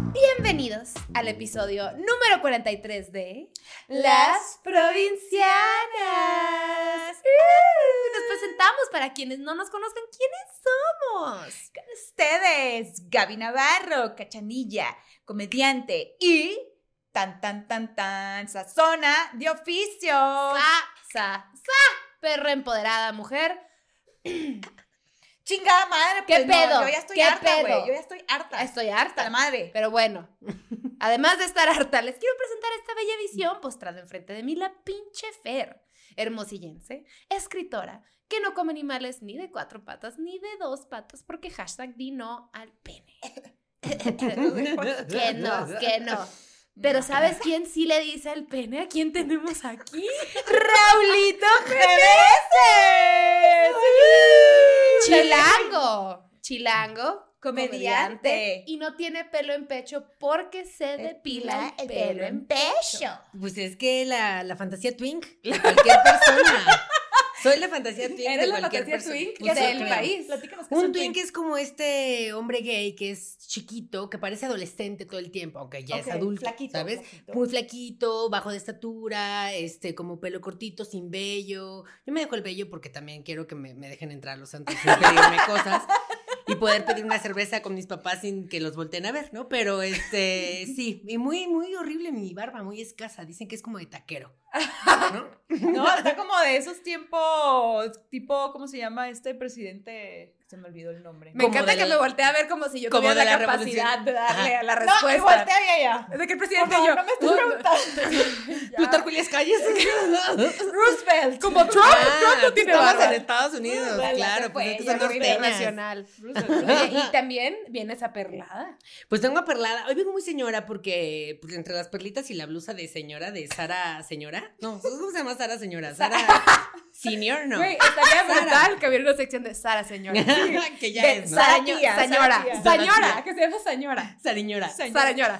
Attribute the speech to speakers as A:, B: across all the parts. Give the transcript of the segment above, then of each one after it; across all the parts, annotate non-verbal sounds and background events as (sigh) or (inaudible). A: Bienvenidos al episodio número 43 de Las Provincianas. Uh, Nos presentamos para quienes no nos conozcan quiénes somos.
B: Con ustedes, Gaby Navarro, cachanilla, comediante y tan tan tan tan sazona de oficio.
A: Sa, sa, sa, perra empoderada mujer.
B: Chingada madre,
A: ¿Qué
B: pues no,
A: pedo?
B: yo ya estoy
A: ¿Qué
B: harta,
A: pedo?
B: güey. Yo ya estoy harta.
A: Estoy
B: Hasta la
A: harta.
B: madre.
A: Pero bueno, (laughs) además de estar harta, les quiero presentar esta bella visión postrada enfrente de mí la pinche Fer, hermosillense, escritora, que no come animales ni de cuatro patas ni de dos patas porque hashtag di no al (laughs) pene. que no,
C: (laughs)
A: que no. Pero ¿sabes quién sí le dice al pene? ¿A quién tenemos aquí? (laughs)
B: Raulito Jerez.
A: Chilango. Chilango.
B: Comediante.
A: Y no tiene pelo en pecho porque se depila Eh, el pelo en pecho.
C: Pues es que la, la fantasía twink de cualquier
B: (laughs)
C: persona. Soy la fantasía twink
B: Eres
C: de
B: la
C: cualquier
B: fantasía
C: persona.
B: twink
C: Pues
A: del
C: yo creo.
A: país.
B: Platícanos qué es
C: Un twink es como este hombre gay que es chiquito, que parece adolescente todo el tiempo, aunque ya
B: Ok,
C: es adulto,
B: flaquito,
C: ¿sabes? Pues,
B: flaquito.
C: Muy flaquito, bajo de estatura, este, como pelo cortito, sin vello. Yo me dejo el vello porque también quiero que me, me dejen entrar los santos sin pedirme cosas. Y poder pedir una cerveza con mis papás sin que los volteen a ver, ¿no? Pero este, sí, y muy, muy horrible mi barba, muy escasa. Dicen que es como de taquero. ¿no?
B: (laughs) No, está como de esos tiempos, tipo, ¿cómo se llama este presidente? Se me olvidó el nombre.
A: Me
C: Como
A: encanta
C: de
A: que
C: la-
A: me voltee a ver como si yo
C: como
A: tuviera
C: de
A: la,
C: la
A: capacidad
C: revolución.
A: de darle
C: Ajá.
A: a la
B: No, igual
A: respuesta.
B: voltea allá.
A: de que el
B: Por
A: presidente y
B: favor,
A: yo.
B: no me estés
A: (laughs)
B: preguntando.
C: Plutarco Elías Calles. (laughs)
B: Roosevelt.
A: Como Trump, Trump no tiene
C: estamos en
A: barba.
C: Estados Unidos,
B: Bueno, se
C: claro,
B: fue,
C: pues estos
B: ya
C: son
B: no
C: los
B: vive
C: temas. (laughs)
A: Oye, y también viene esa perlada.
C: Pues tengo a perlada. Hoy vengo muy señora porque pues, entre las perlitas y la blusa de señora de Sara señora. No, ¿cómo se llama Sara señora? Sara
A: (laughs)
C: senior, no. (laughs)
A: Güey, estaría brutal que hubiera una sección de Sara, señora.
C: que ya
A: de
C: es, ¿no?
A: Sara,
B: Sara tía, Sara
A: señora.
B: tía.
C: Sara
A: Señora,
C: tía.
A: que se llama señora.
C: Sariñora.
A: Sara, señora.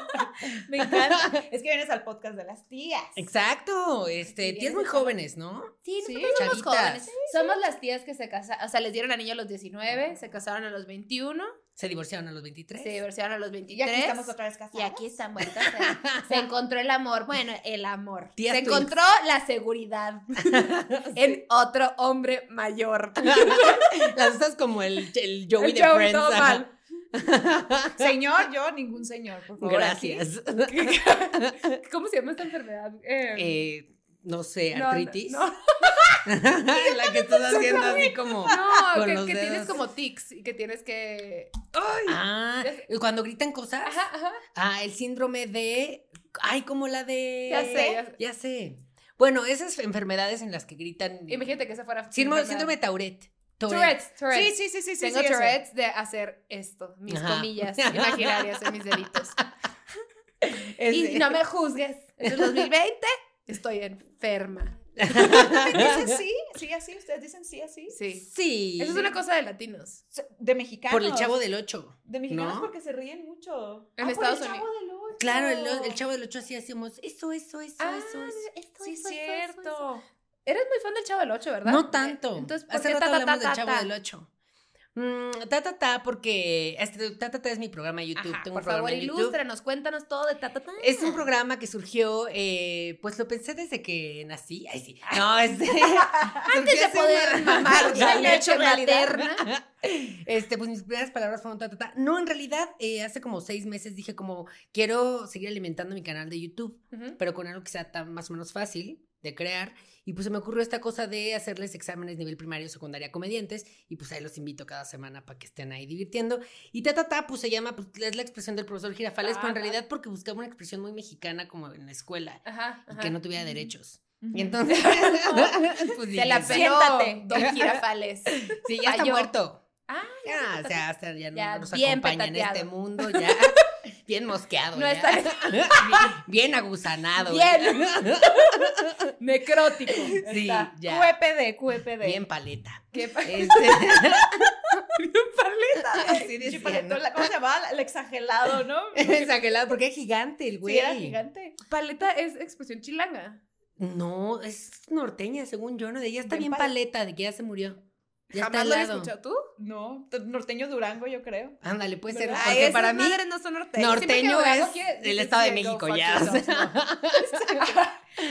C: (laughs)
B: Me encanta. Es que vienes al podcast de las tías.
C: Exacto. Este, tías muy jóvenes, ¿no?
A: Sí,
B: Sí,
A: nosotros somos
C: chavitas.
A: jóvenes. Somos las tías que se casaron, o sea, les dieron anillo a los 19, se casaron a los 21,
C: Se divorciaron a los 23.
A: se divorciaron a los 23.
B: Y aquí estamos otra vez casadas.
A: Y aquí están vueltas. Se,
C: (laughs)
A: se encontró el amor. Bueno, el amor.
C: Tía
A: se
C: Twinks.
A: encontró la
C: (laughs)
A: seguridad en otro hombre mayor.
C: (laughs) Las usas como el, el Joey
A: El
C: de
A: Joe
C: Friends.
A: todo
C: ajá.
A: mal.
B: Señor, yo, ningún señor, por favor.
C: Gracias.
A: (laughs) ¿Cómo se llama esta enfermedad? Eh,
C: (laughs) Eh, no sé,
A: no, (laughs)
C: artritis. (laughs)
A: No,
C: la que estás haciendo así como.
A: no,
C: (laughs) Con
A: que,
C: los
A: que tienes
C: dedos.
A: como tics y que tienes que.
C: Ah, cuando gritan cosas.
A: Ajá, ajá.
C: Ah, el síndrome de. Ay, como la de.
A: Ya sé, ya sé.
C: Ya sé. Bueno, esas enfermedades en las que gritan.
A: Imagínate que esa fuera.
C: Síndrome,
A: enfermedad.
C: síndrome de Tourette.
A: Tourette's. Tourette's.
B: Sí, sí, sí, sí, sí.
A: Tengo
B: sí, eso.
A: Tourette's de hacer esto, mis
C: Ajá. (laughs)
A: comillas imaginarias en mis deditos.
C: Ese.
A: Y
B: (laughs)
A: no me juzgues. Es el 2020. Estoy enferma. (laughs)
B: Dicen sí, sí, así. Ustedes dicen sí, así.
A: Sí.
C: (laughs) Sí.
A: Eso es una cosa de latinos.
B: De mexicanos.
C: Por el chavo del 8.
B: De mexicanos
C: ¿No?
B: porque se ríen mucho. Ah,
A: En
B: por
A: Estados
B: el chavo del ocho.
C: Claro, el, el chavo del 8 así hacíamos. Eso, eso, eso,
A: Ah,
C: eso. eso.
B: Sí, cierto.
A: Eres muy fan del Chavo del 8, ¿verdad?
C: No tanto.
A: Eh, Entonces, ¿por
C: Hace
A: qué
C: rato
A: ta, ta,
C: hablamos
A: ta,
C: del chavo
A: ta?
C: del 8. ta, ta, ta, porque este, ta, ta, ta es mi programa de YouTube.
A: Ajá,
C: Tengo
A: por
C: un programa
A: favor,
C: en YouTube.
A: ilústranos, cuéntanos todo de ta, ta, ta.
C: Es un
A: (laughs)
C: programa que surgió, eh, pues lo pensé desde que nací. Ay, sí.
A: (laughs)
C: No, este.
A: Ah. Antes de
C: (laughs)
A: poder mamar la
C: Dale,
A: leche
C: hecho realidad.
A: materna.
C: Este, pues mis primeras palabras fueron ta, ta, ta. No, en realidad, eh, hace como seis meses dije como, quiero seguir alimentando mi canal de YouTube,
A: Ujú.
C: pero con algo que sea tan más o menos fácil de crear. Y pues se me ocurrió esta cosa de hacerles exámenes nivel primario, secundaria, a comediantes. Y pues ahí los invito cada semana para que estén ahí divirtiendo. Y ta, ta, ta, pues se llama, pues es la expresión del profesor Girafales, pero en
A: Ajá.
C: realidad porque buscaba una expresión muy mexicana como en la escuela
A: Ajá,
C: y
A: ajá.
C: que no tuviera derechos.
B: Ujú.
C: Y entonces, (laughs) pues,
A: Se la
C: dije,
A: peló
B: Siéntate.
A: Don
C: (laughs)
A: Girafales.
C: sí, ya está
A: falló.
C: muerto.
A: Ah,
C: ya, o sea, hasta ya no
A: Ya,
C: nos
A: bien
C: acompaña en
A: petateado.
C: este mundo, ya.
A: (laughs)
C: Bien mosqueado,
A: No
C: ya.
A: está-
C: (laughs) bien, bien aguzanado.
A: Bien.
C: ya.
A: Necrótico. (laughs)
C: Sí,
A: Está.
C: ya.
B: QPD, QPD. (laughs)
A: (laughs)
C: Bien paleta.
A: Qué pa-
C: Este, (laughs)
B: paleta.
C: así
B: Pinche
C: decían,
B: paletón,
C: ¿no?
B: la- ¿Cómo se llamaba? El exagelado,
C: (laughs)
B: ¿no?
C: Exagerado, porque es gigante el güey.
B: Sí, era gigante.
A: Paleta es expresión chilanga.
C: No, es norteña, según yo, ¿no? De ella está
B: Bien
C: bien,
B: pal-
C: paleta, de que ya se murió. Ya está
A: ¿Jamás
C: al
A: lo he
C: lado.
A: escuchado tú?
B: No, t- norteño Durango,
A: (laughs)
B: yo creo.
C: Ándale, puede ser.
B: ¿Verdad?
A: Ay,
C: Porque
A: esas
C: para mí,
A: madres no son norteños. Siempre que
C: norteño
A: Durango
C: es
A: quiere-
C: el
A: dice,
C: Estado de
A: "Sí,
C: México,
A: go fuck
C: ya".
A: yourself.
C: (laughs)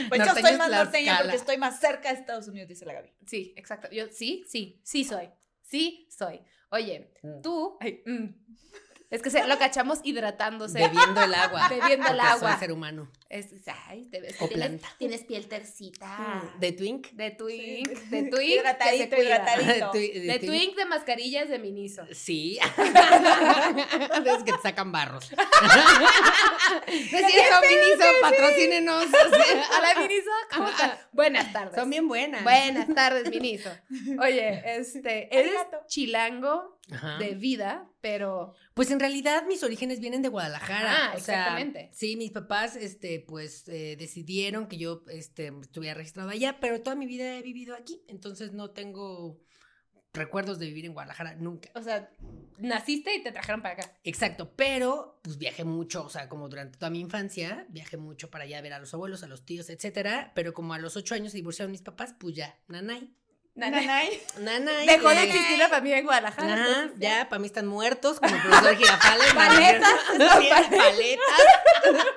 B: Pues yo
C: Norteño
B: soy
C: es
B: más norteño
C: Tlaxcala.
B: porque estoy más cerca de Estados Unidos, dice la Gaby.
A: Sí, exacto. Yo sí, sí, sí soy. Sí soy. Oye,
C: Mm.
A: tú. ay, mm. Es que se, lo cachamos hidratándose,
C: bebiendo el agua.
A: bebiendo el
C: porque soy
A: agua.
C: ser humano.
A: Es- ay, te ves
C: O
A: que tienes-
C: planta.
A: Tienes piel tercita.
C: Mm, ¿De Twink?
A: De (laughs) Twink,
B: Sí.
A: de Twink. que se
B: Hidratadito,
A: cuida.
C: (laughs)
B: hidratadito.
C: Twi-
A: De Twink de mascarillas de
C: (laughs)
A: Miniso. (laughs)
C: Sí. De esos que te sacan barros. (laughs) Es cierto, Miniso, patrocínenos. (laughs)
A: Hola Miniso, ¿cómo estás? Buenas tardes.
C: Son bien buenas.
A: Buenas tardes, Miniso. Oye, este, eres
B: Arigato.
A: chilango
C: Ajá.
A: de vida, pero
C: Pues en realidad mis orígenes vienen de Guadalajara.
A: Ajá,
C: o sea,
A: exactamente.
C: sí, mis papás, este, pues, eh, decidieron que yo este, estuviera registrado allá, pero toda mi vida he vivido aquí. Entonces no tengo recuerdos de vivir en Guadalajara nunca.
A: o sea, naciste y te trajeron para acá.
C: Exacto, pero pues viajé mucho, o sea, como durante toda mi infancia, viajé mucho para allá a ver a los abuelos, a los tíos, etcétera. Pero como a los ocho años se divorciaron mis papás, pues ya, nanay.
A: Nana.
B: Nanay.
C: Nanay.
A: Dejó de
C: eh,
A: existir la familia en Guadalajara.
C: Ajá,
A: entonces,
C: Ah,
A: (laughs)
C: ya, para mí están muertos, como el profesor (laughs) Girafales.
B: Paletas,
C: No, (laughs) sí, paletas. (laughs)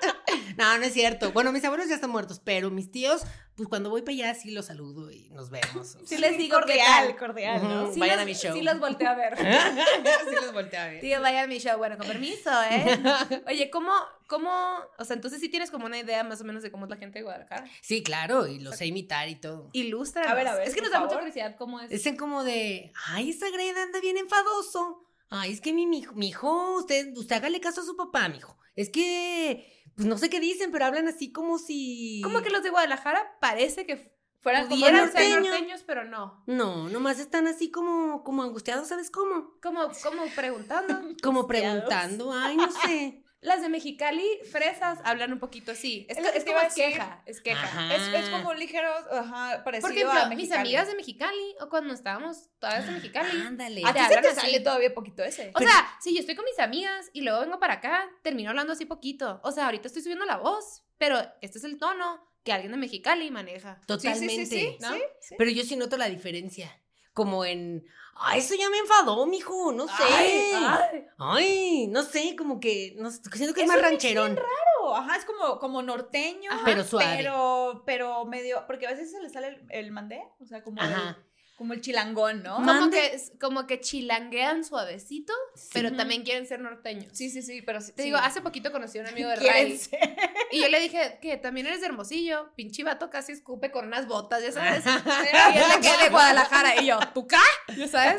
C: No, no es cierto. Bueno, mis abuelos ya están muertos, pero mis tíos, pues cuando voy para allá sí los saludo y nos vemos.
A: Sí les digo qué
B: cordial,
A: tal.
B: cordial, ¿no?
C: Ujú. Vayan
A: los-
C: a mi show. Ah.
A: Sí los volteé a
C: (laughs)
A: ver.
C: (laughs) sí los volteo a ver.
A: Tío, vayan a mi show. Bueno, con permiso, ¿eh? Oye, ¿cómo, cómo, o sea, entonces sí tienes como una idea más o menos de cómo es la gente de Guadalajara?
C: (laughs) Sí, claro, y los sé imitar y todo.
A: Ilustra.
B: A ver, a ver,
A: Es que
B: por
A: nos da mucha
B: favor.
A: curiosidad cómo es.
C: Dicen como de, ay, esa Greda anda bien enfadoso. Ay, es que mi mijo, mijo, usted, usted hágale caso a su papá, mijo. Es que, pues no sé qué dicen, pero hablan así como si...
A: Como que los de Guadalajara parece que fueran como
C: Pudieran
A: ser
C: norteño.
A: norteños, pero no.
C: No, nomás están así como, como angustiados, ¿sabes cómo?
A: Como, como preguntando.
C: Como
B: Angustiados.
C: preguntando, ay, no sé.
A: Las de Mexicali, fresas, hablan un poquito así. Es,
B: Es
A: que-
B: lo que
A: es
B: te
A: como
B: iba a
A: es
B: decir.
A: queja, es queja.
C: Ajá.
B: Es, es
A: Ah.
B: como un ligero, ajá, parecido
A: Por ejemplo,
B: a
A: mis
B: Mexicali.
A: amigas de Mexicali, o cuando estábamos todavía en Mexicali.
C: Ándale.
B: A ti
A: te
B: se te
A: hablan así.
B: sale todavía poquito ese.
A: O sea, si yo estoy con mis amigas y luego vengo para acá, termino hablando así poquito. O sea, ahorita estoy subiendo la voz, pero este es el tono que alguien de Mexicali maneja.
C: Totalmente.
B: Sí, sí, sí, sí,
A: ¿no?
B: sí, sí.
C: Pero yo sí noto la diferencia. Como en, ay, eso ya me enfadó, mijo, no sé.
B: Ay,
C: Ay,
A: Ay,
C: no sé, como que, no sé, siento que es
B: Eso
C: más
B: es bien
C: rancherón.
B: Claro, ajá, es como, como norteño,
A: Ajá.
C: Pero suave.
B: Pero, pero medio, porque a veces se le sale el, el mandé, o sea, como, el,
C: Ajá.
B: como el chilangón, ¿no?
C: Ma-
A: como
C: Mande.
A: que, como que chilanguean suavecito, pero
C: (laughs)
B: Ujú.
A: también quieren ser norteños.
B: Sí, sí, sí, pero sí.
A: Te
B: sí.
A: digo, hace poquito conocí a un (laughs) amigo de
B: Quieren
A: Ray
B: (laughs) ser.
A: y yo le dije que también eres de Hermosillo, pinche vato casi escupe con unas botas, ya (laughs) sabes. Y él le (laughs) queda de Guadalajara y yo, ¿tú qué? Ya sabes.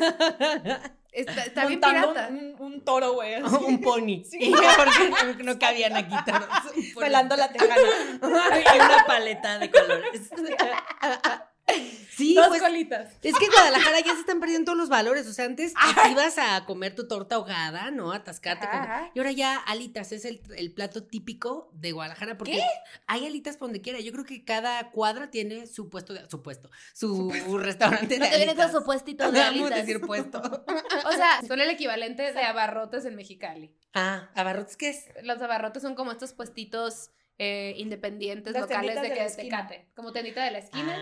A: Está, está bien
B: Montando
A: pirata.
B: Un, un- un toro, güey. así,
C: Un pony.
B: Sí.
C: Porque no cabían aquí todos. Un pony.
B: Pelando la tejana.
C: Hay una paleta de colores. Sí,
A: Dos
C: pues,
A: colitas.
C: Es que en Guadalajara ya se están perdiendo todos los valores. O sea, antes te ibas a comer tu torta ahogada, ¿no? Atascate.
A: Ajá,
C: con-
A: ajá.
C: Y ahora ya alitas es el, el plato típico de Guadalajara. Porque
B: ¿Qué?
C: hay alitas por donde quiera. Yo creo que cada cuadra tiene su puesto, de, su puesto, su (laughs) restaurante
A: No
C: de
A: te vienes a
C: alitas.
A: su puestito de
C: (laughs) Vamos a
A: alitas.
C: decir
A: (laughs)
C: puesto.
A: O sea, son el equivalente de abarrotes en Mexicali.
C: Ah, ¿abarrotes qué es?
A: Los abarrotes son como estos puestitos eh, independientes,
B: Las
A: locales
B: tienditas
A: de
B: de
A: que
B: la
A: de
B: esquina.
A: Tecate. Como tendita de la esquina.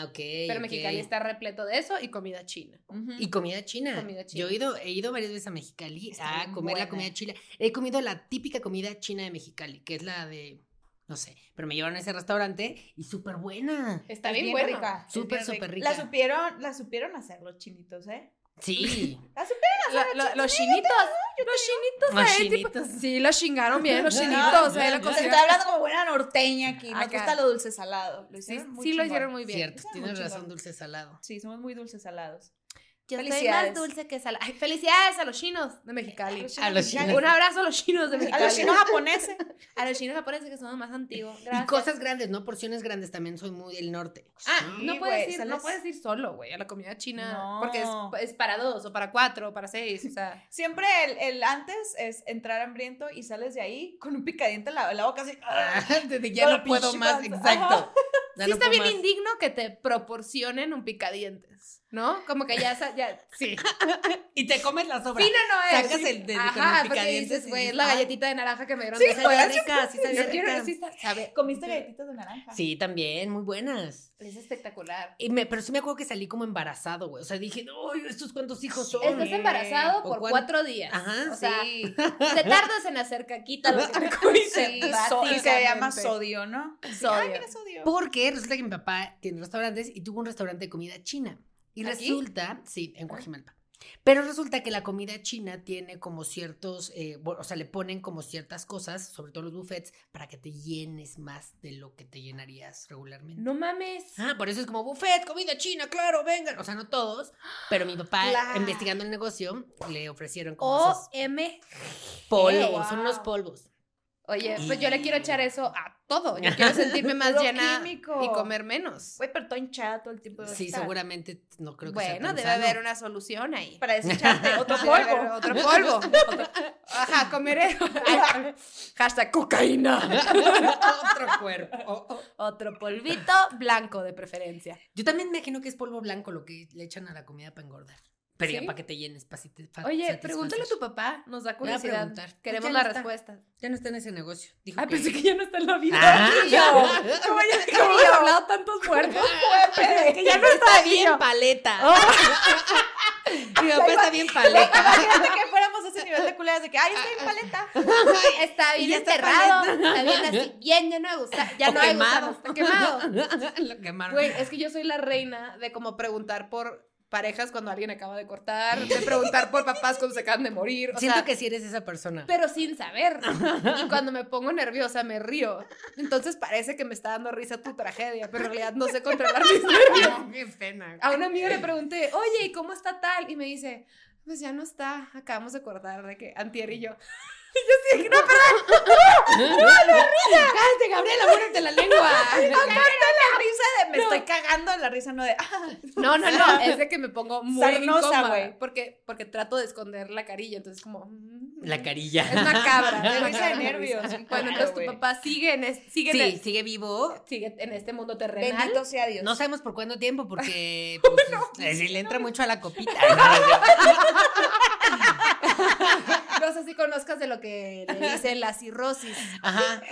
C: Ah, ok.
A: pero
C: ok.
A: Mexicali está repleto de eso y comida china.
C: Y comida china.
A: Comida china.
C: Yo he ido, he ido varias veces a Mexicali
B: Está
C: a
B: bien
C: comer la
B: buena.
C: comida china. He comido la típica comida china de Mexicali, que es la de, no sé, pero me llevaron a ese restaurante y
A: (laughs)
C: súper buena.
A: Está bien, bueno.
B: rica.
C: Súper,
B: Es bien
C: súper
B: La
C: rica.
B: supieron, la supieron hacer los chinitos, ¿eh?
C: Sí.
B: La supieron.
A: Lo- lo- los chinitos. Los chinitos,
C: Los
A: ¿eh? Tipo-
C: chinitos.
A: sí, los chingaron bien, los
C: No,
A: chinitos.
C: no,
A: ¿eh? Lo
C: no.
B: Te
A: cocinaron.
B: estoy hablando como buena norteña aquí. Nos
A: Acá.
B: gusta lo dulce salado. Lo
A: Sí,
B: hicieron muy
A: sí lo
B: chingón.
A: hicieron muy bien.
C: Cierto,
B: Está muy
C: tienes razón,
B: chingón.
C: dulce salado.
B: Sí, somos muy dulces salados.
A: Yo soy más
B: Felicidades.
A: dulce que salada. Ay, felicidades a los chinos de Mexicali.
C: A los chinos.
A: Un abrazo a los chinos de
B: A
A: Mexicali.
B: los chinos japoneses.
A: A los chinos japoneses que son los más antiguos. Gracias.
C: Y cosas grandes, ¿no? Porciones grandes también, soy muy del norte.
A: Ah,
B: Sí,
A: no puedes,
B: güey,
A: ir,
B: sales-
A: no puedes ir solo, güey, a la comida china.
B: No.
A: Porque es, es para dos, o para cuatro, o para seis, o sea.
B: Siempre el, el antes es entrar hambriento y sales de ahí con un picadiente en la, en la boca así.
C: Ah, desde ya
B: Hola,
C: no puedo
B: pinche
C: más,
B: panza.
C: exacto. Ya
A: sí
C: no
A: está
C: puedo
A: bien
C: más.
A: indigno que te proporcionen un picadientes. ¿no? Como que ya, sa- ya sí.
C: Y te comes la sobra.
A: Fino no es.
C: Sacas el de- con
A: Ajá,
C: el
A: porque
C: picadientes
A: dices,
C: y
A: güey, es
C: dices,
A: la
C: "Ay".
A: galletita de naranja que me dieron.
C: Sí,
A: de
C: pues,
A: sabía
C: yo-
A: rica, sí sabía
C: yo quiero
A: rica.
C: decir,
A: Sabe-
B: (laughs) ¿Comiste galletitas de naranja?
C: Sí, también, muy buenas.
A: Es espectacular.
C: Y me, pero sí me acuerdo que salí como embarazado, güey. O sea, dije, uy, ¿estos cuántos hijos son?
A: Estás embarazado
C: ¿O
A: por
C: cuán-
A: cuatro días.
C: Ajá,
A: o sea,
C: sí.
B: (laughs)
A: te tardas en hacer caquita lo que (laughs) te comiste.
B: Sí, so- y se
A: básicamente.
B: llama
A: Ah,
B: sodio, ¿no? Ay,
A: Sodio.
B: mira sodio.
C: Porque resulta que mi papá tiene restaurantes y tuvo un restaurante de comida china. Y
A: ¿Aquí?
C: resulta, ¿Ah, sí, Ah. en Coajimalpa. Pero resulta que la comida china tiene como ciertos, eh, bu- o sea, le ponen como ciertas cosas, sobre todo los buffets, para que te llenes más de lo que te llenarías regularmente.
A: No mames.
C: Ah, por eso es como buffet, comida china, claro, vengan. O sea, no todos, pero mi papá,
A: Claro.
C: investigando el negocio, le ofrecieron como esos
A: OMG.
C: polvos,
A: wow.
C: son unos polvos. Ah.
A: Oye, pues yo le quiero echar eso a todo.
C: (laughs)
A: Yo quiero sentirme más
B: Puro
A: llena
B: químico. Pues,
A: y comer menos.
B: Güey, pero estoy hinchada todo el tiempo. de
C: Sí,
B: estar.
C: seguramente no creo que sea
A: bueno,
C: tan
A: debe
C: sano.
A: haber una solución ahí.
B: Para desecharte
A: (laughs)
B: otro
A: Debe haber
B: polvo.
A: Otro
B: (laughs)
A: polvo. Otro- Ajá, comeré. Hashtag cocaína.
C: (laughs) Otro cuerpo.
A: Otro polvito blanco de preferencia.
C: Yo también me imagino que es polvo blanco lo que le echan a la comida para engordar. Pero ya
A: ¿Sí?
C: para que te llenes, para si te fa-
A: Oye,
C: satisfacer.
A: pregúntale a tu papá. Nos da
C: Ah, Voy a
A: curiosidad.
C: preguntar.
A: Queremos
C: Ya
A: la
C: no está.
A: respuesta.
C: Ya no está en ese negocio. Dijo
A: Ah,
C: que... (laughs)
A: pensé que ya no está en la vida.
C: Ah.
A: (laughs)
C: (laughs)
A: Yo, ¿Cómo ya cómo he hablado tantos muertos? Pensé que
B: (laughs)
A: ya no está
C: bien
A: bien.
C: paleta.
A: Oh.
C: (laughs) Mi
B: Ahí
C: papá está
B: va.
C: bien
B: Güey,
C: paleta.
B: Imagínate que fuéramos a ese nivel de culeras de que, ay,
A: Ah,
B: estoy en paleta.
A: (laughs) Está
C: Y
A: bien
C: ya está
A: enterrado.
C: paleta.
A: Está bien así, (laughs) bien lleno de gusanos. (laughs) Ya
C: O
A: no hay gusanos. Está quemado.
C: (laughs) Lo
A: (laughs)
C: quemaron.
A: Güey, es que yo soy la reina de como preguntar por parejas cuando alguien acaba de cortar, de preguntar por papás cuando se acaban de morir. O
C: Siento
A: sea,
C: que si eres esa persona. (laughs)
A: Pero sin saber.
B: (laughs)
A: Y cuando me pongo nerviosa me río. Entonces parece que me está dando risa tu tragedia, pero en realidad no sé controlar
B: (laughs)
A: mis nervios.
C: qué pena. (laughs)
A: A un amigo le pregunté, oye, ¿y cómo está tal? Y me dice, pues ya no está. Acabamos de acordar de que Antier y yo. (laughs) Y yo
B: (laughs)
A: sí, no, pero
C: Cállate, Gabriela, muérete la lengua.
B: La risa de, me estoy cagando en la risa, no de, ah,
A: No, no, no, (laughs) es de que me pongo muy
B: Sarnosa,
A: incómoda,
B: güey.
A: Porque, porque trato de esconder la carilla, entonces como... mm.
C: La carilla.
A: Es
B: (laughs)
A: macabra.
B: La
A: es
B: risa
A: macabra
B: de
A: la
B: nervios,
A: risa.
B: sí,
A: Bueno,
B: claro,
A: entonces
B: güey.
A: tu papá sigue en, es- sigue, en
C: (laughs) Sí,
A: el-
C: sigue vivo.
A: sigue en este mundo terrenal.
B: bendito sea Dios.
C: No sabemos por cuánto tiempo, porque pues, eh, sí le entra mucho a
A: (laughs)
C: la copita.
A: (laughs) No sé si conozcas de lo que le dicen la
C: (laughs)
A: cirrosis. (laughs)
C: Ajá.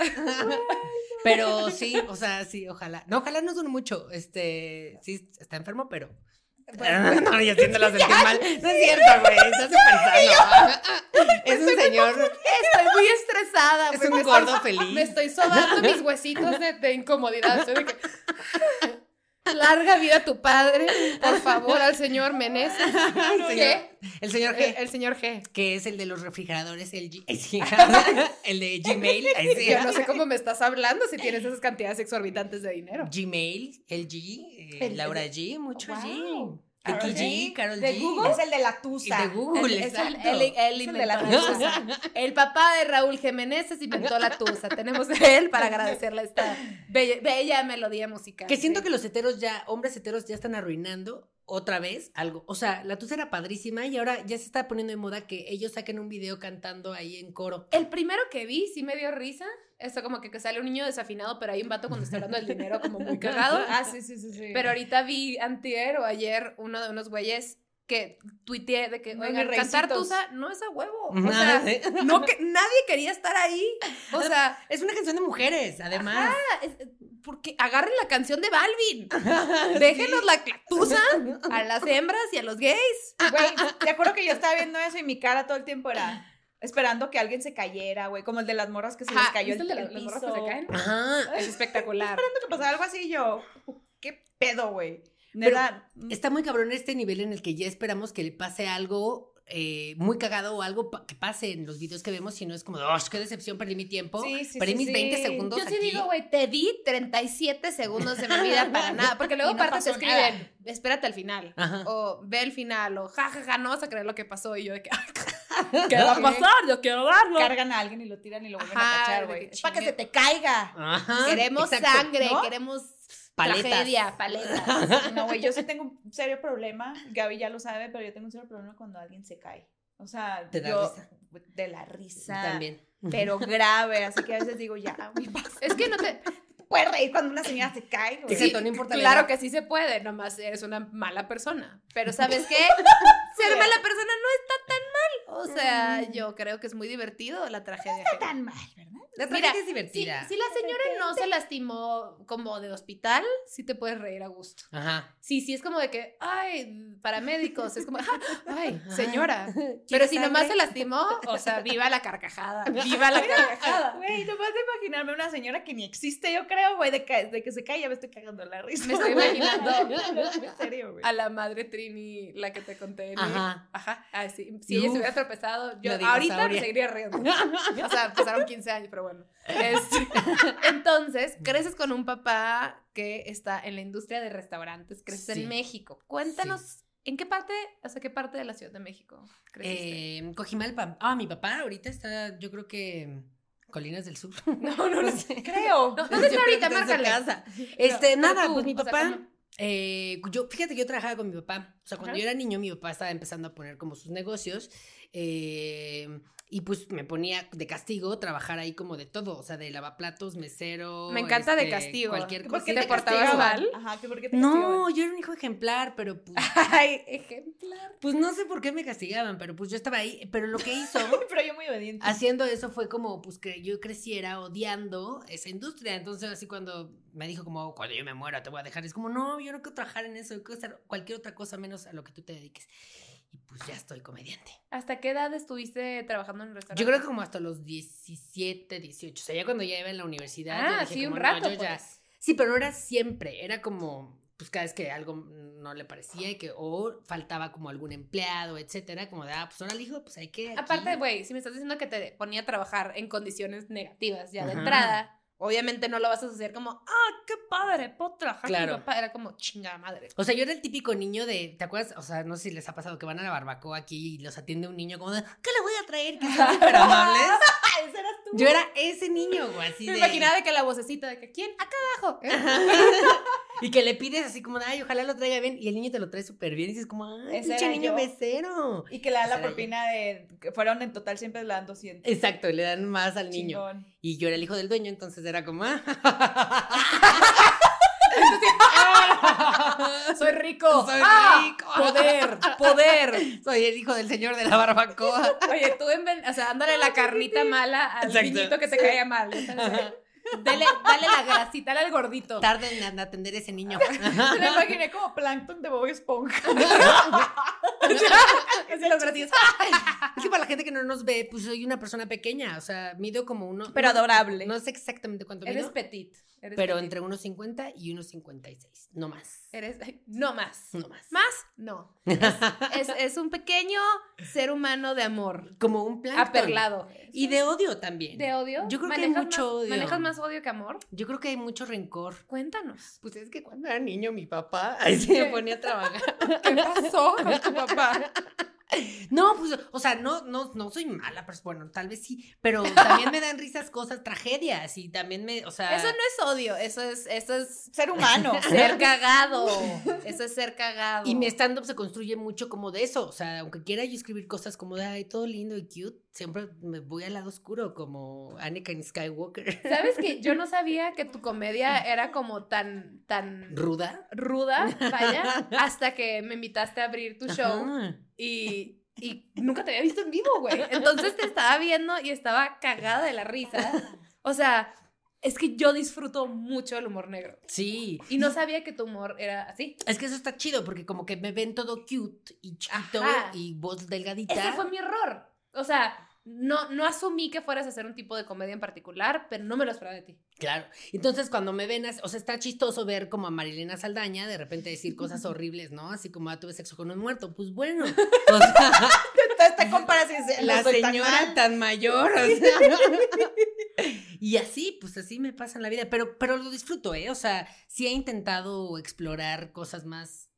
C: Pero sí, o sea, sí, ojalá. No, ojalá no dure mucho. Este, sí, está enfermo, pero. (laughs) no, yo
A: (laughs)
C: siento la sentir mal. No es cierto, güey.
A: (laughs)
C: Está súper sano. Es un señor,
A: Estoy muy estresada.
C: es
A: güey,
C: un
A: me
C: gordo
A: estoy- Me
C: feliz.
A: estoy sobando mis huesitos de, de incomodidad. Estoy de que, (laughs) Larga vida a tu padre, por favor, al señor
C: (laughs)
A: Meneses.
C: El señor,
A: ¿Qué?
C: el señor
A: El,
C: G,
A: el señor G.
C: que es el de los refrigeradores, el, G- ay, sí,
A: (laughs)
C: el de Gmail. ay, sí.
A: eh, Yo no sé cómo me estás hablando si tienes esas cantidades exorbitantes de dinero.
C: Gmail, el G, eh,
A: El-
C: Laura G, mucho
A: Wow.
C: G.
B: Karol
C: Becky
B: G,
C: G, Carol G.
A: de Google.
B: Es el de la tusa.
C: Y de Google,
A: El- es el,
C: exacto.
A: el- el
B: Es el de la
A: inventor.
B: tusa.
A: (laughs) El papá de Raúl Jiménez inventó la tusa. Tenemos de él para agradecerle esta bella, bella melodía musical.
C: Que siento que los heteros ya, hombres heteros ya están arruinando otra vez algo. O sea, la tusa era padrísima y ahora ya se está poniendo de moda que ellos saquen un video cantando ahí en coro.
A: El primero que vi sí me dio risa. Esto como que, que sale un niño desafinado, pero hay un vato cuando está hablando del dinero como muy
B: (laughs)
A: cagado.
B: Ah, sí, sí, sí, sí.
A: Pero ahorita vi antier o ayer uno de unos güeyes que tuiteé de que,
B: No,
A: oigan,
B: mis
A: cantar
B: reycitos".
A: tusa no es a huevo. O sea,
C: (laughs)
A: no que, nadie quería estar ahí. O sea,
C: es una canción de mujeres, además.
A: es- porque agarren la canción de
B: (laughs)
A: Balvin. Déjenos la clatusa (laughs) a las hembras y a los gays.
B: Ah, Güey,
A: ah,
B: te acuerdo que yo estaba viendo eso y mi cara todo el tiempo era esperando que alguien se cayera, güey, como el de las morras que se les
A: Ajá,
B: cayó
A: ¿viste el de
B: el
A: las- las morras que
B: piso.
A: se caen?
C: Ajá.
A: Es espectacular.
B: Esperando que pasara algo así y yo, qué pedo, güey. Neta, mm,
C: Está muy cabrón este nivel en el que ya esperamos que le pase algo eh, muy cagado o algo pa- que pase en los videos que vemos, si no es como, ¡oh, qué decepción! Perdí mi tiempo.
B: Sí, sí,
C: perdí
B: sí,
C: mis
B: sí.
C: 20 segundos
A: Yo sí
C: aquí.
A: digo, güey, te di 37 segundos de mi
B: (laughs)
A: vida para nada. Porque luego
B: Y no
A: aparte te
B: pasó nada.
A: escriben, espérate al final.
C: Ajá.
A: O ve el final, o jajaja, no vas a creer lo que pasó. Y yo de que, (laughs) ¿qué
B: (laughs)
A: va a pasar? Yo quiero darlo.
B: cargan a alguien y lo tiran y lo vuelven
A: Ajá,
B: a cachar,
A: de
B: güey.
A: que
B: Es para que
A: chingue-
B: se te caiga.
C: Ajá,
A: queremos
C: exacto.
A: sangre,
B: ¿no?
A: queremos
C: Paletas.
A: tragedia,
B: (laughs)
A: paletas.
B: No, güey, yo Ah,
A: (laughs)
B: sí tengo un serio problema. Gaby ya lo sabe, pero yo tengo un serio problema cuando alguien se cae. O sea,
C: Te da
B: yo-
C: risa.
B: de la risa.
C: También.
A: (laughs)
B: Pero grave, así que a veces digo, ya, güey, basta.
A: Es que no te.
B: te puedes reír cuando una señora se cae, güey.
C: Exacto, no importa la edad.
A: Claro que sí se puede, nomás eres una mala persona. Pero ¿sabes
C: (laughs)
A: qué? Ser mala persona no está tan mal. O
C: Mm.
A: sea, yo creo que es muy divertido la tragedia.
B: No
A: ajena.
B: tan mal, ¿verdad?
C: La
A: Mira,
C: tragedia es
A: Si,
C: divertida.
A: si la señora no se lastimó como de hospital, sí te puedes reír a gusto.
C: Ajá.
A: Sí, sí es como de que, ay, paramédicos, es como,
C: (laughs)
A: "Ah, ay, señora.
C: ¿Quieres
A: Pero si nomás
C: sangre?
A: se lastimó, o sea, viva la
C: (laughs)
A: carcajada, viva la carcajada.
B: Güey, no puedes imaginarme una señora que ni existe, yo creo, güey, de que, de que se cae, ya me estoy cagando la risa.
A: Me estoy imaginando
B: (laughs) en serio, güey.
A: a la madre Trini, la que te conté. ¿no?
C: (laughs) Ajá.
A: Ajá, ah, sí. Si ella se
C: Uf,
A: hubiera tropezado, yo
C: la
A: ahorita me
C: dinosauria.
A: seguiría riendo. (laughs) O sea, pasaron 15 años, pero bueno. Este, (laughs) entonces, creces con un papá que está en la industria de restaurantes, creces
C: Sí.
A: en México. Cuéntanos, ¿en qué parte, o sea, qué parte de la Ciudad de México (laughs) creciste?
C: Eh, Cojimalpa. Ah, mi papá ahorita está, yo creo que Colinas del Sur.
A: (laughs) no, no,
C: (laughs)
A: no sé.
B: Creo.
A: No, ¿Dónde está
C: Yo creo
A: ahorita?
C: que está en su
A: Márcale.
C: casa.
A: No,
C: Este,
A: (laughs) pero
C: nada,
A: tú,
C: pues mi
A: o sea,
C: papá, (laughs)
A: ¿cómo?
C: eh, yo, fíjate que yo trabajaba con mi papá. O sea, cuando
A: Ajá.
C: yo era niño, mi papá estaba empezando a poner como sus negocios. eh, y pues me ponía de castigo trabajar ahí como de todo. O sea, de lavaplatos, mesero.
A: Me encanta de
C: este,
A: castigo.
C: Cualquier
A: ¿Por
C: cosa.
A: qué te portabas
B: castigaban?
A: mal?
B: Ajá, que por qué te
C: No, yo era un hijo ejemplar, pero
A: (laughs)
C: pues,
A: Ay, ejemplar.
C: pues no sé por qué me castigaban, pero pues yo estaba ahí. Pero lo
A: (laughs)
C: que hizo
B: castigaban? (laughs) Pero yo muy obediente.
C: haciendo eso fue como pues que yo creciera odiando esa industria. Entonces así cuando me dijo como cuando yo me muera te voy a dejar, es como no, yo no quiero trabajar en eso, yo quiero hacer cualquier otra cosa menos a lo que tú te dediques. Y pues ya estoy comediante.
A: ¿Hasta qué edad estuviste trabajando en un restaurante?
C: Yo creo que como hasta los 17, 18, o sea, ya cuando ya iba en la universidad, ya
A: Ah,
C: dije
A: sí, un
C: como, "No,
A: rato,
C: yo ya-
A: pues.
C: Sí, pero no era siempre, era como pues cada vez que algo no le parecía y que o faltaba como algún empleado, etcétera, como de, ah, pues ahora hijo, pues hay que aquí".
A: Aparte, güey, si me estás diciendo que te ponía a trabajar en condiciones negativas ya de
C: Ajá.
A: entrada, obviamente no lo vas a hacer como, ah, qué padre, puedo trabajar
C: Claro.
A: con mi papá. Era como, chinga madre.
C: O sea, yo era el típico niño de, ¿te acuerdas? O sea, no sé si les ha pasado que van a la barbacoa aquí y los atiende un niño como de, ¿qué le voy a traer? Que
B: (laughs)
C: son súper amables.
B: Ah, ese eras tú.
C: Yo era ese niño, güey, así
A: me
C: de...
A: imaginaba de que la vocecita de que, ¿quién? Acá abajo. ¿eh?
C: Y que le pides así como, ay, ojalá lo traiga bien. Y el niño te lo trae súper bien. Y dices como, ay,
B: Ese
C: pinche
B: era
C: niño
B: yo.
C: mesero.
B: Y que le da
C: Esa
B: la
C: era
B: propina de. que Fueron en total siempre le dan 200.
C: Exacto, le dan más al niño.
B: Chingón.
A: (laughs)
C: Y yo era el hijo del dueño, entonces era como, ah,
A: Soy rico.
C: (laughs) soy
A: ¡Ah!
C: rico.
A: Poder, poder.
C: Soy el hijo del señor de la (laughs) barbacoa.
A: Oye, tú en ven- o sea, ándale
C: (laughs)
A: la carnita mala al
C: Exacto.
A: niñito que te caía mal. ya sabes. Dale, dale la grasita, dale al gordito.
C: Tarda en atender ese (laughs) niño.
B: Me lo imaginé como plancton de Bob
A: (laughs)
B: Esponja. (laughs)
A: Así los grasitos.
C: Es que para la gente que no nos ve, pues soy una persona pequeña, o sea, mido como uno...
B: Pero
C: no-
B: adorable.
C: No sé exactamente cuánto
A: Eres
C: mido,
A: petit. eres
C: pero
A: petit.
C: entre 1,50 y 1,56, no más.
A: Eres, ay, no más.
C: No más.
A: Más, no.
C: (laughs)
A: Es, es- es un pequeño ser humano de amor.
C: Como un plan.
A: Aperlado.
C: Y de odio también.
A: ¿De odio?
C: Yo creo que hay
A: ¿Manejas
C: mucho
A: más-
C: odio.
A: ¿Manejas más odio que amor?
C: Yo creo que hay mucho rencor.
A: Cuéntanos.
C: Pues es que (laughs) cuando era niño, mi papá ahí se me (laughs)
A: ¿Qué?
C: ponía a trabajar.
A: ¿Qué pasó con tu papá?
C: No, pues, o sea, no, no, no soy mala, pero bueno, tal vez sí. Pero también me dan risas cosas, tragedias. Y también me, o sea.
A: Eso no es odio, eso es, eso
C: (laughs)
A: es
B: Ser humano.
A: (laughs) ser cagado. Eso es ser cagado.
C: Y mi stand-up se construye mucho como de eso. O sea, aunque quiera yo escribir cosas como de ay, todo lindo y cute, siempre me voy al lado oscuro, como Anakin Skywalker. (laughs)
A: ¿Sabes que yo no sabía que tu comedia era como tan, tan
C: Ruda.
A: ruda,
C: (laughs)
A: vaya, hasta que me invitaste a abrir tu show
C: Ajá.
A: y, y nunca te había visto en vivo, güey. Entonces te estaba viendo y estaba cagada de la risa. O sea, es que yo disfruto mucho el humor negro.
C: Sí.
A: Y no sabía que tu humor era así.
C: Es que eso está chido, porque como que me ven todo cute y chiquito
A: Ajá.
C: y voz delgadita.
A: Ese fue mi error. O sea, no, no asumí que fueras a hacer un tipo de comedia en particular, pero no me lo esperaba de ti.
C: Claro. Entonces, cuando me ven, as- o sea, está chistoso ver como a Marilena Saldaña de repente decir cosas horribles, ¿no? Así como, ah, tuve sexo con un muerto. Pues bueno. O sea,
B: Toda esta comparación. se-
C: la
B: no soy tan
C: señora
B: mal.
C: tan mayor. o sea. (laughs) y así, pues así me pasa en la vida. Pero, pero lo disfruto, ¿eh? O sea, sí he intentado explorar cosas más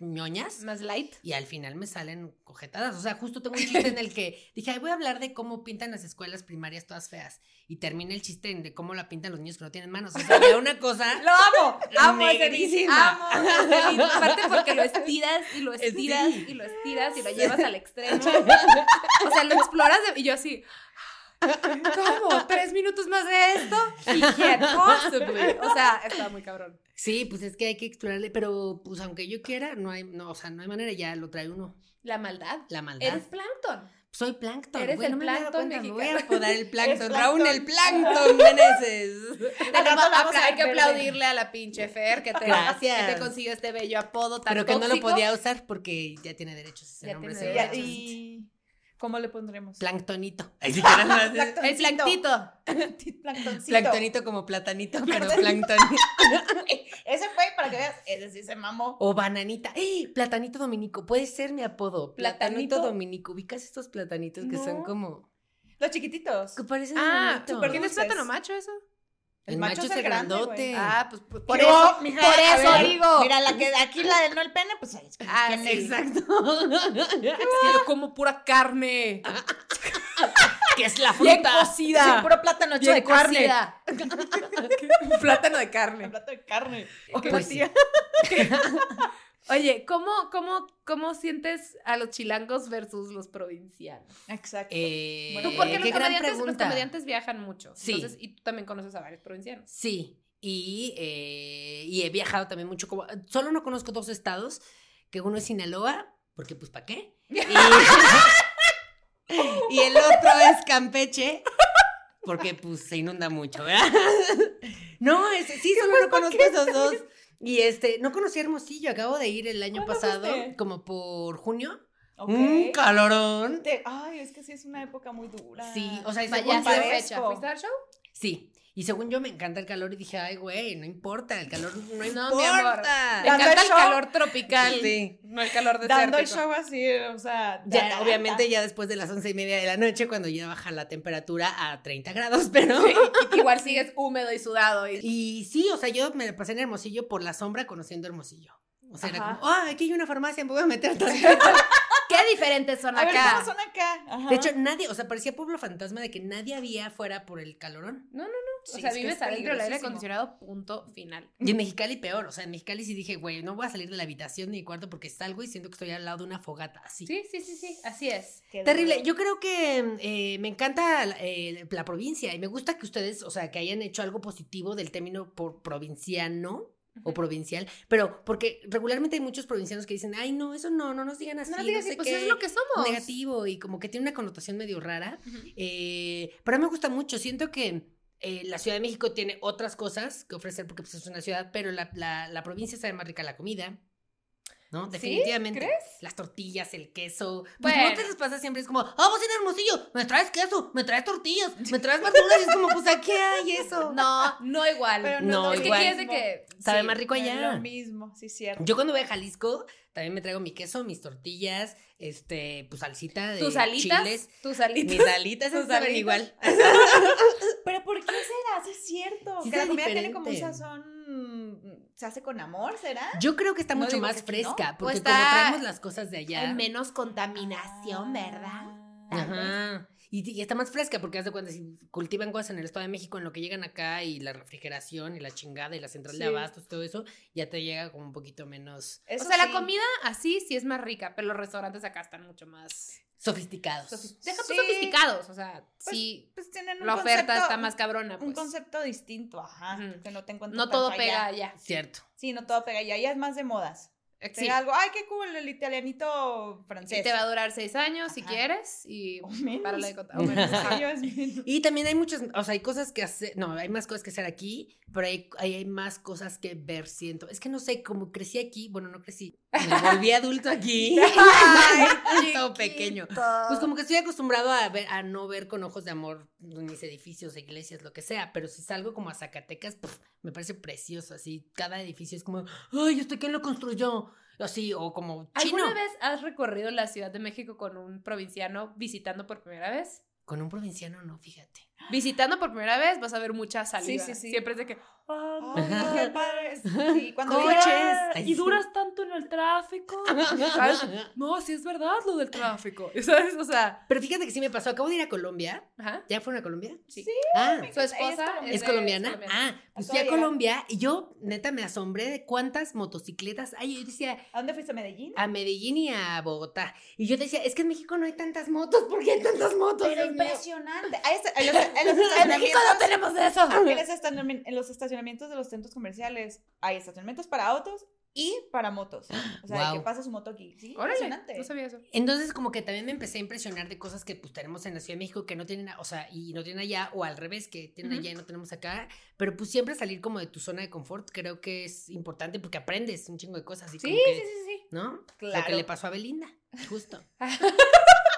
C: ñoñas.
A: Más light.
C: Y al final me salen cojetadas. O sea, justo tengo un chiste en el que dije, Ay, voy a hablar de cómo pintan las escuelas primarias todas feas. Y termina el chiste en de cómo la pintan los niños que no tienen manos. O sea, ya una (laughs) cosa.
B: Lo amo. Amo ese bici.
C: Negrísima.
B: Amo. ese bici.
A: Aparte porque lo estiras y lo estiras
C: Sí.
A: (laughs) y lo estiras y lo llevas al extremo. O sea, lo exploras de- y yo así. ¿Cómo? ¿Tres minutos más de esto? He can't possibly. O sea, estaba muy cabrón.
C: Sí, pues es que hay que explorarle, pero pues aunque yo quiera, no hay, no, o sea, no hay manera, ya lo trae uno,
A: La maldad.
C: la maldad.
A: Eres plancton.
C: Soy plancton.
A: eres
C: güey,
A: el
C: no me había dado
A: plancton
C: cuenta, me Voy a
A: mexicano. (laughs)
C: apodar el plancton.
B: Eres
C: Raúl el
B: plancton.
C: plancton Meneses.
A: Además,
B: rato vamos a
A: hay que
B: ver-
A: aplaudirle a la pinche Fer que te,
C: Gracias.
A: que te consiguió este bello apodo tan
C: (laughs) Pero que no lo
A: tóxico.
C: podía usar porque ya tiene derechos ese
A: Ya
C: nombre.
A: tiene
B: Y-
A: derechos.
C: seguramente.
B: ¿Y cómo le pondremos?
C: (laughs) Planctonito. Ahí sí que era más-
A: El planctito.
B: Planctoncito.
C: Planctonito como platanito, pero
A: (laughs)
B: Platanito.
C: planctonito.
B: Ese fue para que veas. Ese sí se mamó.
C: O bananita. ¡Eh! Platanito dominico. Puede ser mi apodo. Platanito,
A: Platanito.
C: dominico. ¿Ubicas estos platanitos que son
B: No.
C: como.
B: Los chiquititos.
C: que parecen.
A: Ah,
C: bananitos?
A: ¿por qué no es
B: Dulces.
A: plátano macho eso?
C: El macho es el grandote.
B: güey.
A: Ah, pues por, por
B: Yo,
A: eso.
B: mija,
A: por
B: a
A: eso
B: ver,
A: digo.
B: Mira, la que aquí la de no el pene, pues ahí está.
A: Ah,
B: ¿Quién
A: sí.
B: es?
C: Exacto. (laughs)
A: Es que yo como pura carne.
C: que es la
A: Bien
C: fruta.
A: cocida.
B: Sí, puro plátano hecho
A: bien
B: de carne.
A: cocida. Un plátano de carne.
B: Plátano de carne.
C: Pues
B: Oye,
C: sí.
B: tía.
A: Oye, ¿cómo, cómo, ¿cómo sientes a los chilangos versus los provincianos?
B: Exacto.
C: Eh,
B: Bueno,
A: Tú, porque
B: qué
A: los
C: gran
A: comediantes, los
C: pregunta.
A: comediantes viajan mucho.
C: Sí.
A: Entonces, y tú también conoces a varios provincianos.
C: Sí, y, eh, y he viajado también mucho. Como, solo no conozco dos estados, que uno es Sinaloa, porque pues ¿para qué? Y, (laughs) y el otro es Campeche, porque pues se inunda mucho, ¿verdad? (laughs) No, es- sí, solo no conozco esos dos. Y este, no conocí a Hermosillo, acabo de ir el año
B: ¿Cuándo
C: pasado,
B: fuiste?
C: como por junio.
B: Ok.
C: Un calorón.
B: Te- Ay, es que sí es una época muy dura.
C: Sí, o sea, y
A: Vaya,
C: según
A: ya
C: yo-
A: sé fecha.
B: Compadezco.
A: ¿Fuiste al show?
C: Sí. Y según yo me encanta el calor y dije, ay, güey, no importa, el calor no, importa.
A: No, mi amor. Me
B: Dando el
A: encanta el
B: show.
A: calor tropical.
C: Sí.
A: No el calor
B: dando el
A: desértico.
B: show así, o sea.
C: Ya,
B: da-
C: obviamente, ya después de las once y media de la noche, cuando ya baja la temperatura a 30 grados,
A: (laughs)
C: pero.
A: Y- Igual sigues húmedo y sudado. y-
C: Y sí, o sea, yo me la pasé en Hermosillo por la sombra conociendo Hermosillo. O sea, era
B: Ajá.
C: como, ah, aquí hay una farmacia, me voy a meter tantito".
A: Qué diferentes son
B: A ver,
A: acá.
B: ¿cómo son acá? Ajá.
C: De hecho, nadie, o sea, parecía pueblo fantasma de que nadie había afuera por el calorón.
A: No, no, no.
C: Sí,
A: o sea,
C: es que
A: vives
C: es
A: adentro del aire
C: peligrosísimo.
A: acondicionado, punto final.
C: Y en Mexicali peor, o sea, en Mexicali sí dije, güey, no voy a salir de la habitación ni mi cuarto porque salgo y siento que estoy al lado de una fogata, así.
A: Sí, sí, sí, sí. Así es.
B: Qué
C: Terrible.
B: duro.
C: Yo creo que eh, me encanta eh, la provincia y me gusta que ustedes, o sea, que hayan hecho algo positivo del término por provinciano o
A: Ujú.
C: provincial, pero porque regularmente hay muchos provincianos que dicen, ay, no, eso no, no nos digan así,
A: No digas,
C: sé
A: pues
C: qué,
A: es lo que somos.
C: negativo y como que tiene una connotación medio rara.
A: Ujú.
C: Eh, pero a mí me gusta mucho. Siento que eh, la Ciudad de México tiene otras cosas que ofrecer porque pues, es una ciudad, pero la, la- la provincia sabe más rica la comida. ¿No?
A: ¿Sí?
C: Definitivamente. Las tortillas, el queso. Pues no
A: Bueno.
C: te les pasa siempre. Es como, ah, vos en Hermosillo, me traes queso, me traes tortillas, me traes verduras. Y es como, pues aquí hay eso.
A: No, no igual.
B: Pero
C: no,
A: es que
C: igual.
A: quieres de que.
C: Sabe
A: sí.
C: más rico
B: No es
C: allá.
B: Lo mismo, sí, cierto.
C: Yo cuando voy a Jalisco, también me traigo mi queso, mis tortillas, este, pues salsita de
A: Tus alitas.
C: chiles.
A: Tus alitas.
C: Mis alitas
A: Tus
C: no saben
A: alitas.
C: igual.
B: (laughs) Pero ¿por qué será? Sí, es cierto.
C: Sí,
B: que la
C: sabe
B: comida tiene como un
C: diferente.
B: sazón. mm, ¿Se hace con amor, será?
C: Yo creo que está
B: No
C: mucho
B: digo
C: más
B: que sí, ¿no?
C: fresca, porque
A: Pues
C: como
A: está-
C: traemos las cosas de allá.
A: Hay menos contaminación,
B: Ah,
A: ¿verdad?
C: Ajá. Y, y está más fresca, porque haz de cuenta, si cultivan cosas en el Estado de México, en lo que llegan acá, y la refrigeración, y la chingada, y la central de
B: Sí.
C: abastos, todo eso, ya te llega como un poquito menos
A: o sea, la comida así sí es más rica, pero los restaurantes acá están mucho más.
C: sofisticados.
A: sofis- Deja tú
B: Sí.
A: sofisticados. O sea, sí.
B: Pues tienen un
A: La oferta
B: concepto-
A: está más cabrona.
B: Un
A: Pues.
B: concepto distinto, ajá.
A: Ujú.
B: Que no te encuentras
A: no
B: tanto
A: todo
B: allá.
A: pega allá.
C: Cierto.
B: Sí, no todo pega. Ya, ya es más de modas.
A: Sí.
B: Pega algo. Ay, qué cool, el italianito francés.
A: Y te va a durar seis años si
B: Ajá.
A: quieres. Y
B: (laughs) O menos.
A: para la de contar.
C: O menos.
B: Sí, (laughs) yo es
A: (laughs)
B: menos.
C: Y también hay muchas, o sea, hay cosas que hacer, no, hay más cosas que hacer aquí, pero hay, hay, hay más cosas que ver, siento. Es que no sé, como crecí aquí, bueno, no crecí, me volví adulto aquí.
B: (laughs)
C: (laughs)
A: Ay,
C: Todo pequeño. Pues como que estoy acostumbrado a ver, a no ver con ojos de amor mis edificios, iglesias, lo que sea, pero si salgo como a Zacatecas, puf, me parece precioso, así, cada edificio es como, ay, ¿este quién lo construyó? Así, o como chino.
A: ¿Alguna vez has recorrido la Ciudad de México con un provinciano visitando por primera vez?
C: Con un provinciano no, fíjate.
A: Visitando por primera vez vas a ver mucha saliva.
B: Sí, sí, sí.
A: Siempre es de que. "Ah, no,
B: Ay, qué padre.
A: (laughs)
B: Sí, cuando
A: coches,
B: vieron-
C: Ay,
A: y
C: sí.
A: duras tanto en el
C: (laughs)
A: tráfico. ¿Sabes? No, sí es verdad lo del tráfico. (laughs) ¿Sabes? O sea.
C: Pero fíjate que sí me pasó. Acabo de ir a Colombia.
A: ajá.
C: ¿Ya fueron a Colombia?
A: Sí.
C: Ah,
A: Su esposa
B: Ella
A: es
C: ¿es
A: de-
C: colombiana?
A: es colombiana.
C: Ah,
B: Acabo
C: pues fui
B: de
C: a
B: llegar.
C: Colombia y yo, neta, me asombré de cuántas motocicletas hay. Yo decía,
B: ¿A dónde fuiste a Medellín?
A: Ah,
C: a Medellín y a Bogotá. Y yo decía, es que en México no hay tantas motos. ¿Por qué hay tantas motos?
B: Pero
C: Dios mío?
B: impresionante. Ahí está- en los- en los
A: (laughs) En México no
C: Ah.
B: estacionamientos-
A: tenemos eso.
B: en los estacionami- en los estacionamientos de los centros comerciales hay estacionamientos para autos y para motos. O sea, de
C: Guau.
B: que pasa su moto aquí. Sí,
A: Órale.
B: impresionante.
A: No sabía eso.
C: Entonces, como que también me empecé a impresionar de cosas que pues tenemos en la Ciudad de México que no tienen, a- o sea, y no tienen allá, o al revés, que tienen
A: Ujú.
C: allá y no tenemos acá. Pero pues siempre salir como de tu zona de confort creo que es importante porque aprendes un chingo de cosas. Y
A: Sí,
C: como que,
A: sí, sí, sí.
C: ¿No? Lo que
B: Claro.
C: le pasó a Belinda, (laughs) justo.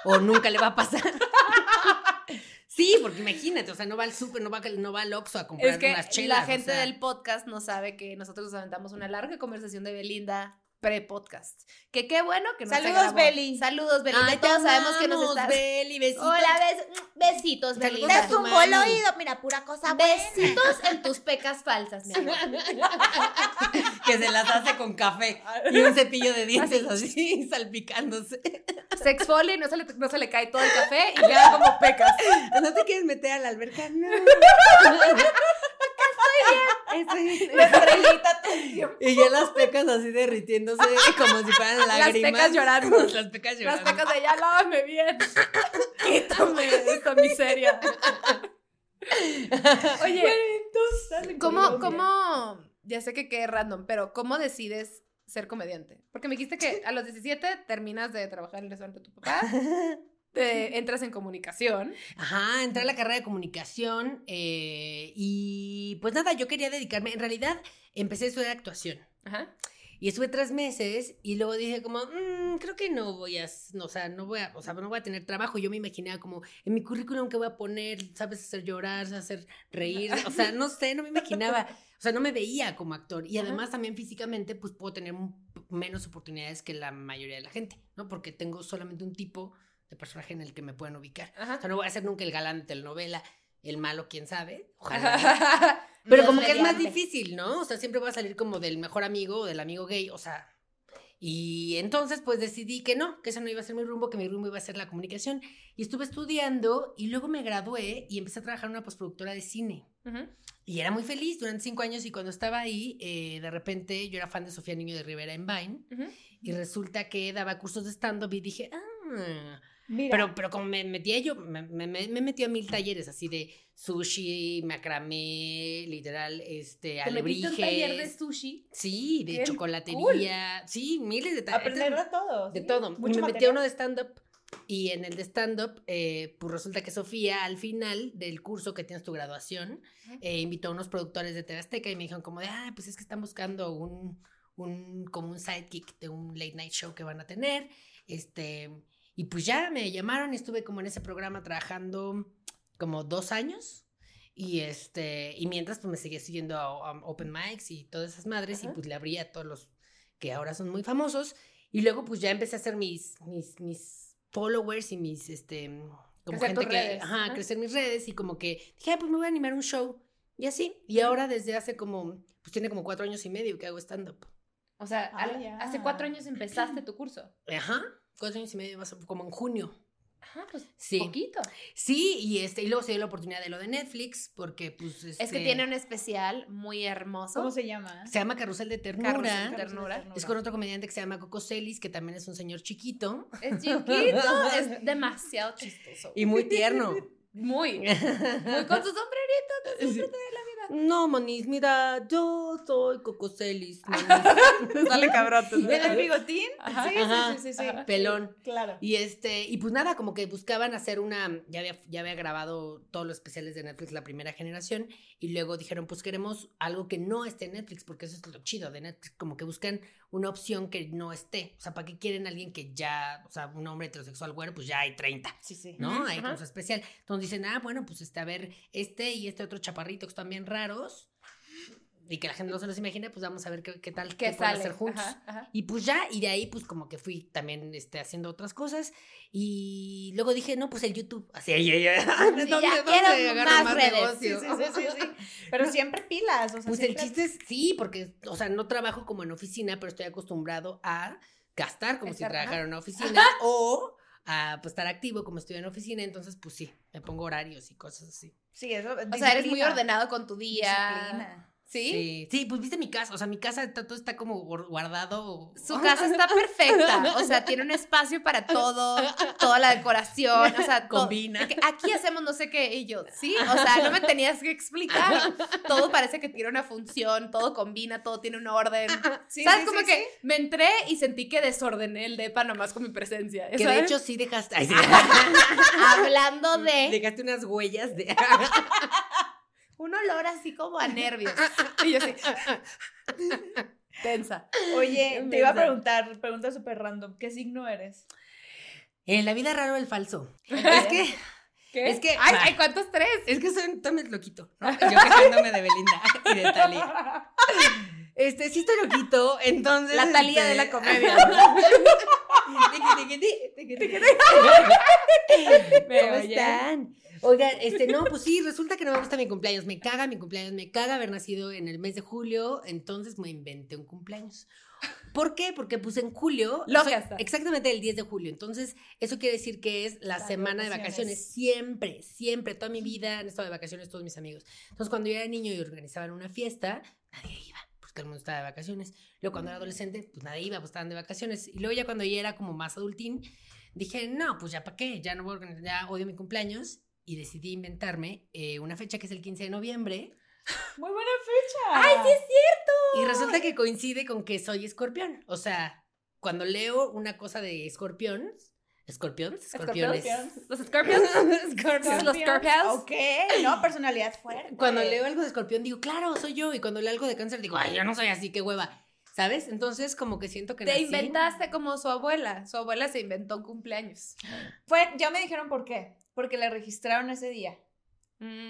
C: o nunca le va a pasar. (laughs) sí, porque imagínate, o sea, no va al súper, no va, no va al Oxxo a comprar
A: Es que
C: unas chelas.
A: la gente
C: o sea.
A: del podcast no sabe que nosotros nos aventamos una larga conversación de Belinda pre-podcast. Que qué bueno que nos
B: Saludos, Beli.
A: Saludos, Belinda.
C: Ay, te
A: Todos sabemos que nos
C: Ah, amamos,
A: estás.
C: Beli, besitos.
A: Hola, bes- besitos,
C: Saludos
A: Belinda.
C: a tu mami.
B: mira, pura cosa
A: Besitos en tus pecas falsas, mi amor.
C: que se las hace con (laughs) café y un cepillo de dientes así (laughs) salpicándose.
A: Se exfolia y no se, le, no se le cae todo el
C: (laughs)
A: café y queda como pecas.
C: ¿No te quieres meter a la alberca? No. Estoy bien.
B: Estrellita todo el tiempo.
C: Y ya las pecas así (laughs) derritiéndose como si fueran lágrimas.
A: pecas llorando.
C: (laughs) Las pecas
A: Las
C: llorando.
A: pecas de ya, lávame
C: (laughs)
A: bien. Quítame de esta miseria. Oye, ¿Cómo, cómo, ya sé que qué random, pero cómo decides ser comediante? Porque me dijiste que a los 17 terminas de trabajar en el restaurante de tu papá,
C: (laughs)
A: te entras en comunicación.
C: Ajá, entré a la carrera de comunicación eh, y pues nada, yo quería dedicarme. En realidad empecé a estudiar actuación.
A: Ajá.
C: Y estuve tres meses y luego dije como, "Mm, creo que no voy a, s- no, o sea, no voy a, o sea, no voy a tener trabajo. Yo me imaginaba como, en mi currículum que voy a poner, sabes, hacer llorar, hacer reír, o sea, no sé, no me imaginaba, o sea, no me veía como actor. Y
A: Ajá.
C: además también físicamente, pues puedo tener un- menos oportunidades que la mayoría de la gente, ¿no? Porque tengo solamente un tipo de personaje en el que me pueden ubicar. O sea,
A: Ajá.
C: no voy a ser nunca el galán de telenovela, el malo, quién sabe,
A: (laughs)
C: ojalá. no.
A: Ajá.
C: Pero
B: Los
C: como que es más
B: mediante.
C: difícil, ¿no? O sea, siempre va a salir como del mejor amigo o del amigo gay, o sea. Y entonces pues decidí que no, que eso no iba a ser mi rumbo, que mi rumbo iba a ser la comunicación. Y estuve estudiando y luego me gradué y empecé a trabajar en una postproductora de cine. Y era muy feliz durante cinco años y cuando estaba ahí, eh, de repente yo era fan de Sofía Niño de Rivera en Vine
A: Ujú.
C: y resulta que daba cursos de stand-up y dije, ah,
B: Mira,
C: pero, pero como me metía yo, me, me, me me metí a mil talleres así de sushi, macramé, literal, este,
A: Te metiste a un taller de
C: alebrijes.
A: sushi.
C: Sí, de
A: Bien
C: chocolatería. Sí, miles de talleres.
B: aprender de todo.
C: De
B: ¿sí?
C: todo. Y
B: Mucho
C: me metí a
B: material.
C: uno de stand-up. Y en el de stand-up, eh, pues resulta que Sofía, al final del curso que tienes tu graduación,
A: Ajá.
C: eh, invitó a unos productores de TV Azteca y me dijeron como de, ah, pues es que están buscando un, un, como un sidekick de un late night show que van a tener. Este, y pues ya me llamaron y estuve como en ese programa trabajando como dos años. Y este, y mientras pues me seguía siguiendo a, a open mics y todas esas madres
A: Ajá.
C: y pues le abría a todos los que ahora son muy famosos. Y luego pues ya empecé a hacer mis, mis, mis followers y mis, este, como
A: Crecer
C: gente
A: tus
C: que,
A: redes,
C: ajá,
A: ajá.
C: crecer mis redes y como que dije, "Ay, pues me voy a animar a un show. Y así, y ahora desde hace como, pues tiene como cuatro años y medio que hago stand-up.
A: O sea,
B: Ah,
A: al-
B: ya.
A: hace cuatro años empezaste tu curso.
C: Ajá, cuatro años y medio más, o- como en junio.
A: Ajá, pues
C: Sí.
A: poquito.
C: Sí, y este, y luego se dio la oportunidad de lo de Netflix, porque pues este,
A: Es que tiene un especial muy hermoso.
B: ¿Cómo se llama?
C: se llama Carrusel de Ternura.
A: Carrusel de
B: Carlos de
A: Ternura.
C: Es con otro comediante que se llama Coco Celis, que también es un señor chiquito
A: Es
B: (laughs)
A: chiquito, es demasiado chistoso.
C: y muy (laughs) tierno.
A: Muy, muy con su sombrero.
C: No, manis, mira, yo soy Coco Celis, manis.
B: Sale cabrón. ¿El bigotín?
A: Ajá.
B: Sí,
C: Ajá.
B: sí, sí, sí, sí.
A: Ajá.
C: pelón.
B: Claro.
C: Y este, y pues nada, como que buscaban hacer una, ya había, ya había grabado todos los especiales de Netflix la primera generación y luego dijeron, pues queremos algo que no esté en Netflix, porque eso es lo chido de Netflix, como que buscan una opción que no esté, o sea, ¿para qué quieren alguien que ya, o sea, un hombre heterosexual güero, pues ya hay 30,
B: Sí, sí.
C: ¿no?
A: Ujú,
C: Hay
A: ajá.
C: con su especial. Entonces dicen, ah, bueno, pues este, a ver, este y este otro chaparrito que están bien raros. y que la gente no se los imagine, pues vamos a ver qué, qué tal
A: que
C: qué pueden
A: sale.
C: hacer juntos.
A: Ajá, ajá.
C: Y pues ya, y de ahí pues como que fui también este, haciendo otras cosas. Y luego dije, no, pues el YouTube. Así, ay,
A: (laughs)
C: ay, ay, ¿dónde-
A: ya
C: dónde
A: quiero
C: agarro
A: más redes.
C: negocio?
B: Sí, sí, sí, sí, sí. Pero siempre pilas, o sea,
C: Pues el
B: siempre-
C: chiste es, sí, porque, o sea, no trabajo como en oficina, pero estoy acostumbrado a gastar como si
A: Estar, ajá.
C: trabajara en una oficina o a pues, estar activo como estoy en oficina. Entonces, pues sí, me pongo horarios y cosas así.
B: Sí, eso.
A: O sea, eres muy ordenado con tu día. ¿Sí?
C: Sí, sí, pues viste mi casa, o sea, mi casa está- todo está como guar- guardado. Ah,
A: Su casa está perfecta, o sea, tiene un espacio para todo, toda la decoración, o sea, to-
C: Combina.
A: de que Aquí hacemos no sé qué y yo, sí, o sea, no me tenías que explicar. Todo parece que tiene una función, todo combina, todo tiene un orden. ¿Sabes? como que me entré y sentí que desordené el depa nomás con mi presencia.
C: Que de
A: ¿sabes? (laughs)
C: hecho sí dejaste. ay, sí.
A: hablando de
C: (laughs) Dejaste unas huellas de.
A: un olor así como a nervios. (laughs) Y yo así, tensa.
B: Oye, te
C: Inmensa.
B: iba a preguntar, pregunta súper random, ¿qué signo eres?
C: En la vida raro el falso. Es que,
B: ¿Qué?
C: es que.
A: Ay, ay, ¿cuántos tres?
C: es que soy también loquito, ¿no? Yo quejándome de Belinda y de Talía. Este, sí estoy loquito, entonces.
A: La Thalía
C: este,
A: de la
C: (laughs)
A: comedia.
C: Tiqui, tiqui, tiqui, tiqui, tiqui. ¿Cómo
B: oyen?
C: están? Oigan, este, no, pues sí, resulta que no me gusta mi cumpleaños. Me caga mi cumpleaños, me caga haber nacido en el mes de julio, entonces me inventé un cumpleaños. ¿Por qué? Porque pues en julio.
A: Loca
C: soy
A: estás.
C: exactamente el 10 de julio. Entonces, eso quiere decir que es la
B: Las
C: semana de
B: vacaciones.
C: vacaciones. Siempre, siempre, toda mi vida han estado de vacaciones todos mis amigos. Entonces, cuando yo era niño y organizaban una fiesta, nadie iba, porque todo el mundo estaba de vacaciones. Luego, cuando era adolescente, pues nadie iba, pues estaban de vacaciones. Y luego, ya cuando yo era como más adultín, dije, no, pues ya para qué, ya no voy a organizar, ya odio mi cumpleaños. Y decidí inventarme eh, una fecha que es el 15 de noviembre.
B: Muy buena fecha. Ay, sí, sí.
C: Y resulta que coincide con que soy escorpión. O sea, cuando leo una cosa de escorpión, escorpión, escorpiones.
A: Los Scorpions.
C: (laughs)
A: (laughs)
C: Escorpión.
A: Los Scorpios.
B: Ok, no, personalidad fuerte.
C: Cuando leo algo de escorpión digo, claro, soy yo. Y cuando leo algo de cáncer digo, ay, yo no soy así, qué hueva. ¿Sabes? Entonces como que siento que
A: Te
C: nací-
A: inventaste como su abuela. Su abuela se inventó un cumpleaños.
B: Fue, ya me dijeron por qué. Porque la registraron ese día.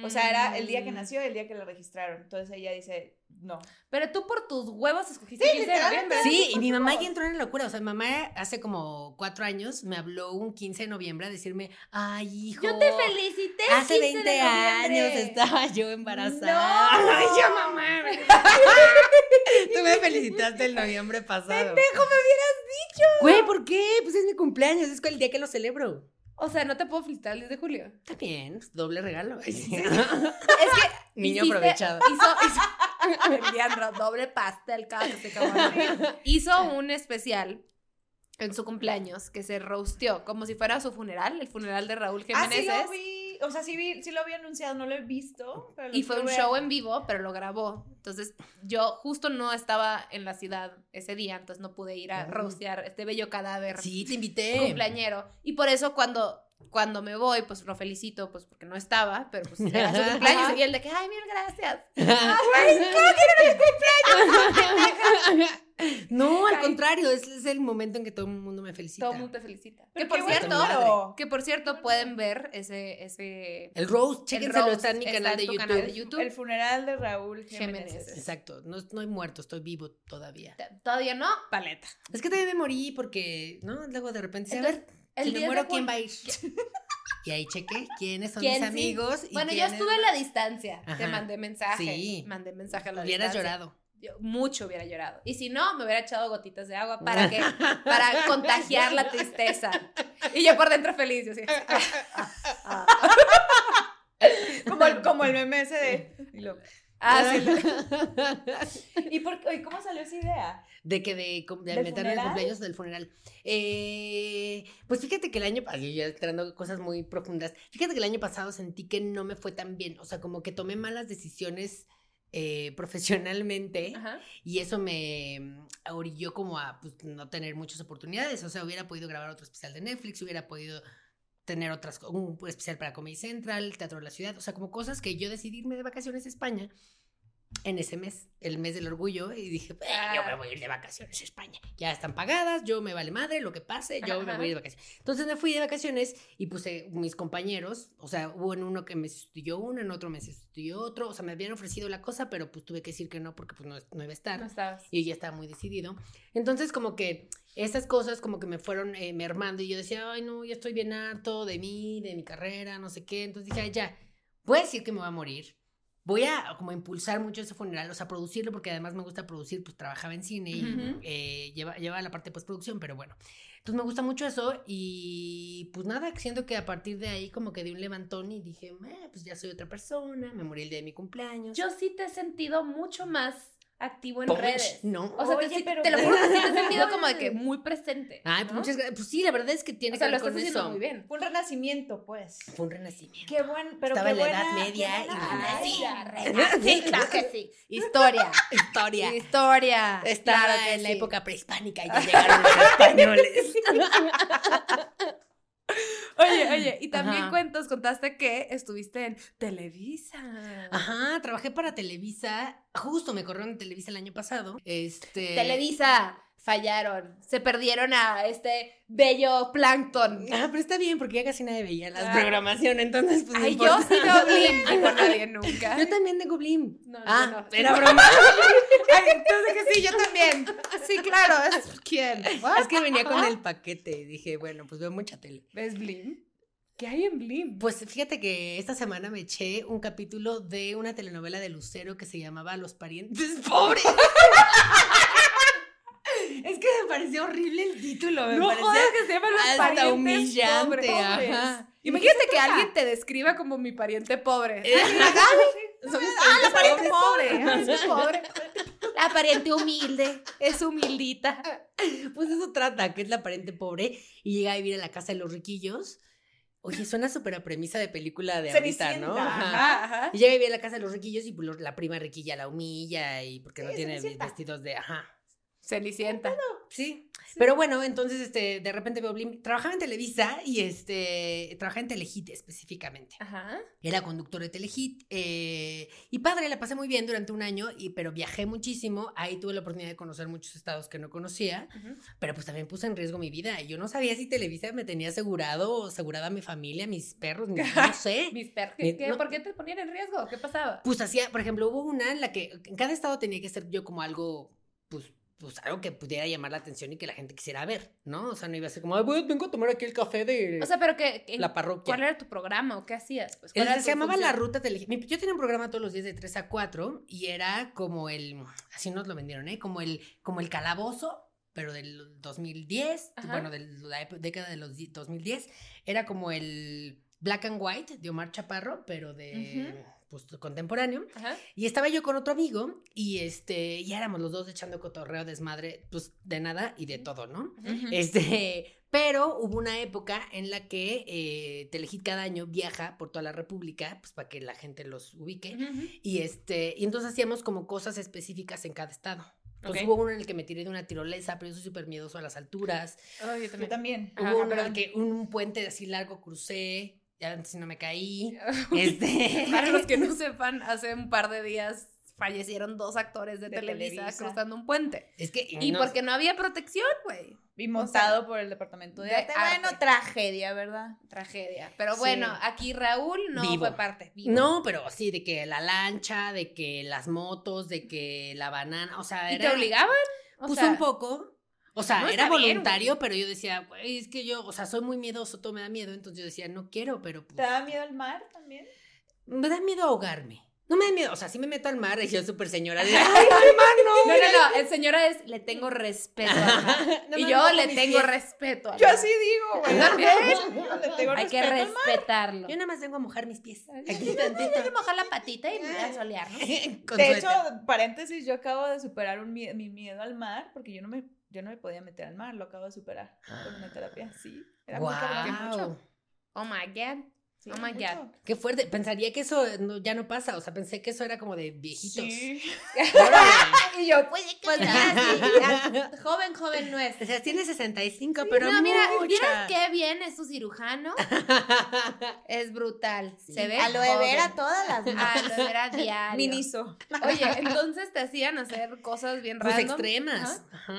B: O sea, era el día que
A: Mm.
B: nació y el día que la registraron. Entonces ella dice, no.
A: Pero tú por tus huevos escogiste
B: Sí,
A: el 15 de noviembre.
C: Sí, y mi mamá ya entró en la locura. O sea, mi mamá hace como cuatro años me habló un 15 de noviembre a decirme, ay, hijo.
A: Yo te felicité. el 15
C: Hace
A: de
C: 20
A: noviembre.
C: años estaba yo embarazada.
B: No.
C: Ay, yo mamá. (laughs) Tú me felicitaste el noviembre pasado.
B: ¡Pendejo, me hubieras dicho!
C: Güey, ¿por qué? Pues es mi cumpleaños, es el día que lo celebro.
A: O sea, no te puedo felicitar el 10 de julio.
C: Está bien, pues, doble regalo. Ay, (laughs) sí.
A: Es que.
C: (laughs) Niño
A: hiciste-
C: aprovechado.
A: Hizo.
B: (laughs)
A: hizo Leandro, doble pastel, cállate, cabrón. Hizo un especial en su cumpleaños que se roasteó como si fuera su funeral, el funeral de Raúl
B: Ah, sí
A: Jiménez.
B: lo vi. O sea, sí, vi, sí lo había anunciado, no lo he visto. pero lo
A: Y fue
B: quiero
A: un
B: ver.
A: show en vivo, pero lo grabó. Entonces, yo justo no estaba en la ciudad ese día, entonces no pude ir a
C: Ah.
A: rostear este bello cadáver
C: Sí, te invité. (laughs)
A: cumpleañero. Y por eso cuando, cuando me voy, pues lo felicito, pues porque no estaba, pero pues era
C: (laughs)
A: su cumpleaños. Y él de que, ay, mil gracias.
C: No, al
B: Ay.
C: contrario, es, es el momento en que todo el mundo me felicita.
A: Todo el mundo te felicita. Que
B: Pero
A: por
B: qué
A: cierto,
B: bonito.
A: que por cierto pueden ver ese, ese
C: El roast, chéquenselo,
A: roast
C: está en mi canal, de
A: tu
C: YouTube.
B: El funeral de Raúl Jiménez.
A: Jiménez.
C: Exacto, no, no he muerto, estoy vivo todavía.
A: T- Todavía no, paleta.
C: Es que también me morí porque, ¿no? Luego de repente, sí, a
A: Entonces,
C: ver, si me
A: 10 de
C: muero,
A: jul-
C: ¿quién va a ir? (laughs) Y ahí chequé quiénes son
A: ¿Quién
C: mis
A: sí?
C: amigos. y
A: Bueno, yo
C: quiénes-
A: estuve a la distancia. Te
C: Ajá.
A: mandé mensaje.
C: Sí.
A: Mandé mensaje a la
C: Hubieras
A: distancia.
C: llorado.
A: Yo mucho hubiera llorado. Y si no, me hubiera echado gotitas de agua
C: Ah.
A: para que, para contagiar la tristeza. Y yo por dentro feliz. Yo así, ah, ah,
B: (laughs) Como el,
A: (laughs)
B: como el meme ese de. Y lo-
A: ah, sí.
B: ¿Y por, y cómo salió esa idea?
C: (laughs) De que de, com- de
B: ¿Del
C: inventar el
B: funeral?
C: cumpleaños o del funeral. Eh, pues fíjate que el año pasado, ya entrando cosas muy profundas, fíjate que el año pasado sentí que no me fue tan bien, o sea, como que tomé malas decisiones eh, (laughs) profesionalmente
A: Ajá.
C: y eso me mm, orilló como a pues, no tener muchas oportunidades, o sea, hubiera podido grabar otro especial de Netflix, hubiera podido tener otras, co- un especial para Comedy Central, Teatro de la Ciudad, o sea, como cosas que yo decidí irme de vacaciones a España en ese mes, el mes del orgullo, y dije, "Eh, yo me voy a ir de vacaciones a España. Ya están pagadas, yo me vale madre, lo que pase, yo me
A: Ajá.
C: voy de vacaciones. Entonces me fui de vacaciones y puse mis compañeros, o sea, hubo en uno que me sustituyó uno, en otro me sustituyó otro, o sea, me habían ofrecido la cosa, pero pues tuve que decir que no porque pues no, no iba a estar
A: No estabas.
C: y yo ya estaba muy decidido. Entonces, como que esas cosas como que me fueron eh, mermando y yo decía, ay, no, ya estoy bien harto de mí, de mi carrera, no sé qué. Entonces dije, ay, ya, voy a decir que me voy a morir. Voy a como impulsar mucho ese funeral, o sea, producirlo, porque además me gusta producir, pues trabajaba en cine y
A: Ujú.
C: eh, lleva, lleva la parte de postproducción, pero bueno. Entonces me gusta mucho eso y pues nada, siento que a partir de ahí como que di un levantón y dije, "Ah, pues ya soy otra persona, me morí el día de mi cumpleaños.
A: Yo sí te he sentido mucho más activo en
C: Punch,
A: redes.
C: No.
A: O sea, te,
B: Oye,
A: sí-
B: pero-
A: te lo juro que sí
B: (laughs)
A: te he sentido como de que muy presente.
C: Ay, pues
A: ¿no?
C: muchas gracias. Pues sí, la verdad es que tiene
A: O sea,
C: que
A: lo
C: ver
A: estás
C: con
A: haciendo
C: eso.
A: muy bien.
B: Fue un renacimiento, pues.
C: Fue un renacimiento.
B: Qué buen, pero
C: Estaba
B: qué
C: en la Edad
B: buena-
C: Media
B: qué
C: y
B: buena-
C: Ah,
A: Ay,
C: sí.
A: la
C: Ah,
A: reina. Sí, claro que sí.
C: (laughs)
A: Historia.
C: Historia.
A: Historia.
C: Estaba
A: Claro que
C: en la
A: sí.
C: época prehispánica y (laughs) ya llegaron los españoles.
A: (laughs) Oye, oye, y también
C: Ajá.
A: cuentas, contaste que estuviste en Televisa.
C: Ajá, trabajé para Televisa. Justo me corrieron de Televisa el año pasado.
A: Eh,
C: Este.
A: Televisa fallaron, se perdieron a este bello plancton.
C: Ah, pero está bien porque ya casi nadie veía la
A: Ah.
C: programación, entonces pues no
A: Ay, yo
C: importa. Ah,
A: sí no
C: (laughs)
A: blimpo con nadie nunca.
C: Yo también tengo Blim.
A: No, no,
C: ah,
A: no.
C: era broma.
A: (laughs) Ay, entonces que sí, yo también. Sí, claro, es quién.
C: es que venía con el paquete y dije, bueno, pues veo mucha tele.
A: ¿Ves Blim? ¿Qué hay en Blim?
C: Pues fíjate que esta semana me eché un capítulo de una telenovela de Lucero que se llamaba Los parientes (laughs) pobres. es que me pareció horrible el título, me
A: No (laughs)
C: parecía
A: jodas que se llaman los
C: hasta
A: parientes
C: humillante,
A: pobres.
C: ajá.
A: Imagínate que alguien te describa como mi pariente pobre.
C: Eh,
B: (laughs)
A: ah, la pariente pobre. (laughs) ah, es pobre. La pariente humilde. Es humildita.
C: Pues eso trata, que es la pariente pobre y llega a vivir a la casa de los riquillos. Oye, suena súper a premisa de película de ahorita, ¿no?
B: Cenicienta,
A: Ajá,
C: Ajá.
A: ajá.
C: Y llega a vivir a la casa de los riquillos y pues, los- la prima riquilla la humilla y porque no
B: Sí,
C: tiene
B: Cenicienta.
C: vestidos de ajá.
A: Cenicienta.
C: Sí. Pero bueno, entonces este, de repente veo Blim. Trabajaba en Televisa y este, trabajaba en Telehit específicamente.
A: Ajá.
C: Era conductor de Telehit. eh, y padre, la pasé muy bien durante un año, y, pero viajé muchísimo. Ahí tuve la oportunidad de conocer muchos estados que no conocía,
A: Ujú.
C: pero pues también puse en riesgo mi vida. Yo no sabía si Televisa me tenía asegurado o asegurada mi familia, mis perros, mi- (laughs) no sé.
A: Mis per-
C: Mi-
A: ¿qué-
C: no.
A: ¿Por qué te ponían en riesgo? ¿Qué pasaba?
C: Pues hacía, por ejemplo, hubo una en la que en cada estado tenía que ser yo como algo, pues, pues algo que pudiera llamar la atención y que la gente quisiera ver, ¿no? O sea, no iba a ser como, ay, voy, vengo a tomar aquí el café de
A: O sea, pero que. en-
C: Eh, la parroquia.
A: ¿Cuál era tu programa o qué hacías? Pues, ¿cuál
C: El-
A: era
C: se
A: tu
C: llamaba La
A: función?
C: Ruta Telegi- mi- Yo tenía un programa todos los días de 3 a 4 y era como el, así nos lo vendieron, ¿eh? Como el, como el calabozo, pero del 2010,
A: Ajá.
C: bueno, de la ép- década de los di- 2010. Era como el Black and White de Omar Chaparro, pero de, pues, contemporáneo.
A: Ajá.
C: Y estaba yo con otro amigo y este, y éramos los dos echando cotorreo, desmadre, pues de nada y de todo, ¿no? Este, pero hubo una época en la que eh, Telehit cada año viaja por toda la República, pues para que la gente los ubique.
A: Ujú.
C: Y este, y entonces hacíamos como cosas específicas en cada estado. Entonces
A: Ok.
C: hubo uno en el que me tiré de una tirolesa, pero yo soy súper miedoso a las alturas.
A: Ay, yo
B: Yo
A: también.
B: también.
A: Ajá,
C: hubo uno en
A: perdón.
C: el que un, un puente así largo crucé, ya antes no
A: (laughs)
C: me caí. Este.
A: Para los que no sepan, hace un par de días fallecieron dos actores de,
B: De
A: Televisa,
B: Televisa.
A: cruzando un puente.
C: (laughs) Es que.
A: Y
C: no-
A: porque no había protección, güey.
B: Y montado por el departamento de,
A: de
B: arte.
A: arte. Ah,
B: Bueno, tragedia, ¿verdad?
A: Tragedia. Pero
C: Sí.
A: bueno, aquí Raúl no
C: Vivo.
A: fue parte. vivo.
C: No, pero sí, de que la lancha, de que las motos, de que la banana, o sea,
A: ¿Y
C: era...
A: te obligaban? O
C: Pues
A: sea, (laughs)
C: un poco. O sea,
A: No,
C: era
A: está bien,
C: voluntario, pero yo decía, güey, es que yo, o sea, soy muy miedoso, todo me da miedo, entonces yo decía, no quiero, pero pues,
B: ¿Te da miedo el mar también?
C: me da miedo ahogarme. No me da miedo, o sea, sí me meto al mar, y yo súper señora, de, ay, al mar,
A: (laughs)
C: no.
A: No, no, no. El señora es, le tengo respeto. al mar.
C: No
A: y
C: me
A: yo
C: mojo
A: le (laughs)
C: mis
A: tengo
C: pies.
A: respeto. al
B: Yo
A: mar.
B: así digo, güey.
A: También.
B: Yo le tengo
A: Hay que
B: respeto al mar.
A: respetarlo.
C: Yo nada más vengo a mojar mis pies. (laughs) Aquí
A: Yo
C: tantito. Eh,
A: me mojar la patita y me voy (laughs) a solear, ¿no?
C: Con
B: De
C: suéter.
B: hecho, paréntesis, yo acabo de superar un mie- mi miedo al mar porque yo no me yo no me podía meter al mar, lo acabo de superar con una terapia. Sí, era muy cabrón.
C: Guau.
A: Oh my god.
B: Sí,
A: Oh my
B: mucho.
A: God.
C: Qué fuerte. Pensaría que eso no- ya no pasa. O sea, pensé que eso era como de viejitos.
B: Sí. (laughs)
C: Órale.
B: y yo,
A: Pues,
B: Pues
A: nada, sí, ya, joven, joven no es.
C: O sea, tiene 65, pero
A: no, mira,
C: mucha.
A: ¿vieras qué bien es su
C: (laughs)
A: cirujano? Es brutal. Se ve.
B: aloe
A: joven.
B: vera todas
C: (laughs)
B: las
A: Aloe vera diario.
B: Miniso.
A: Oye, entonces te hacían hacer cosas bien
C: Pues
A: raras.
C: extremas. Ajá.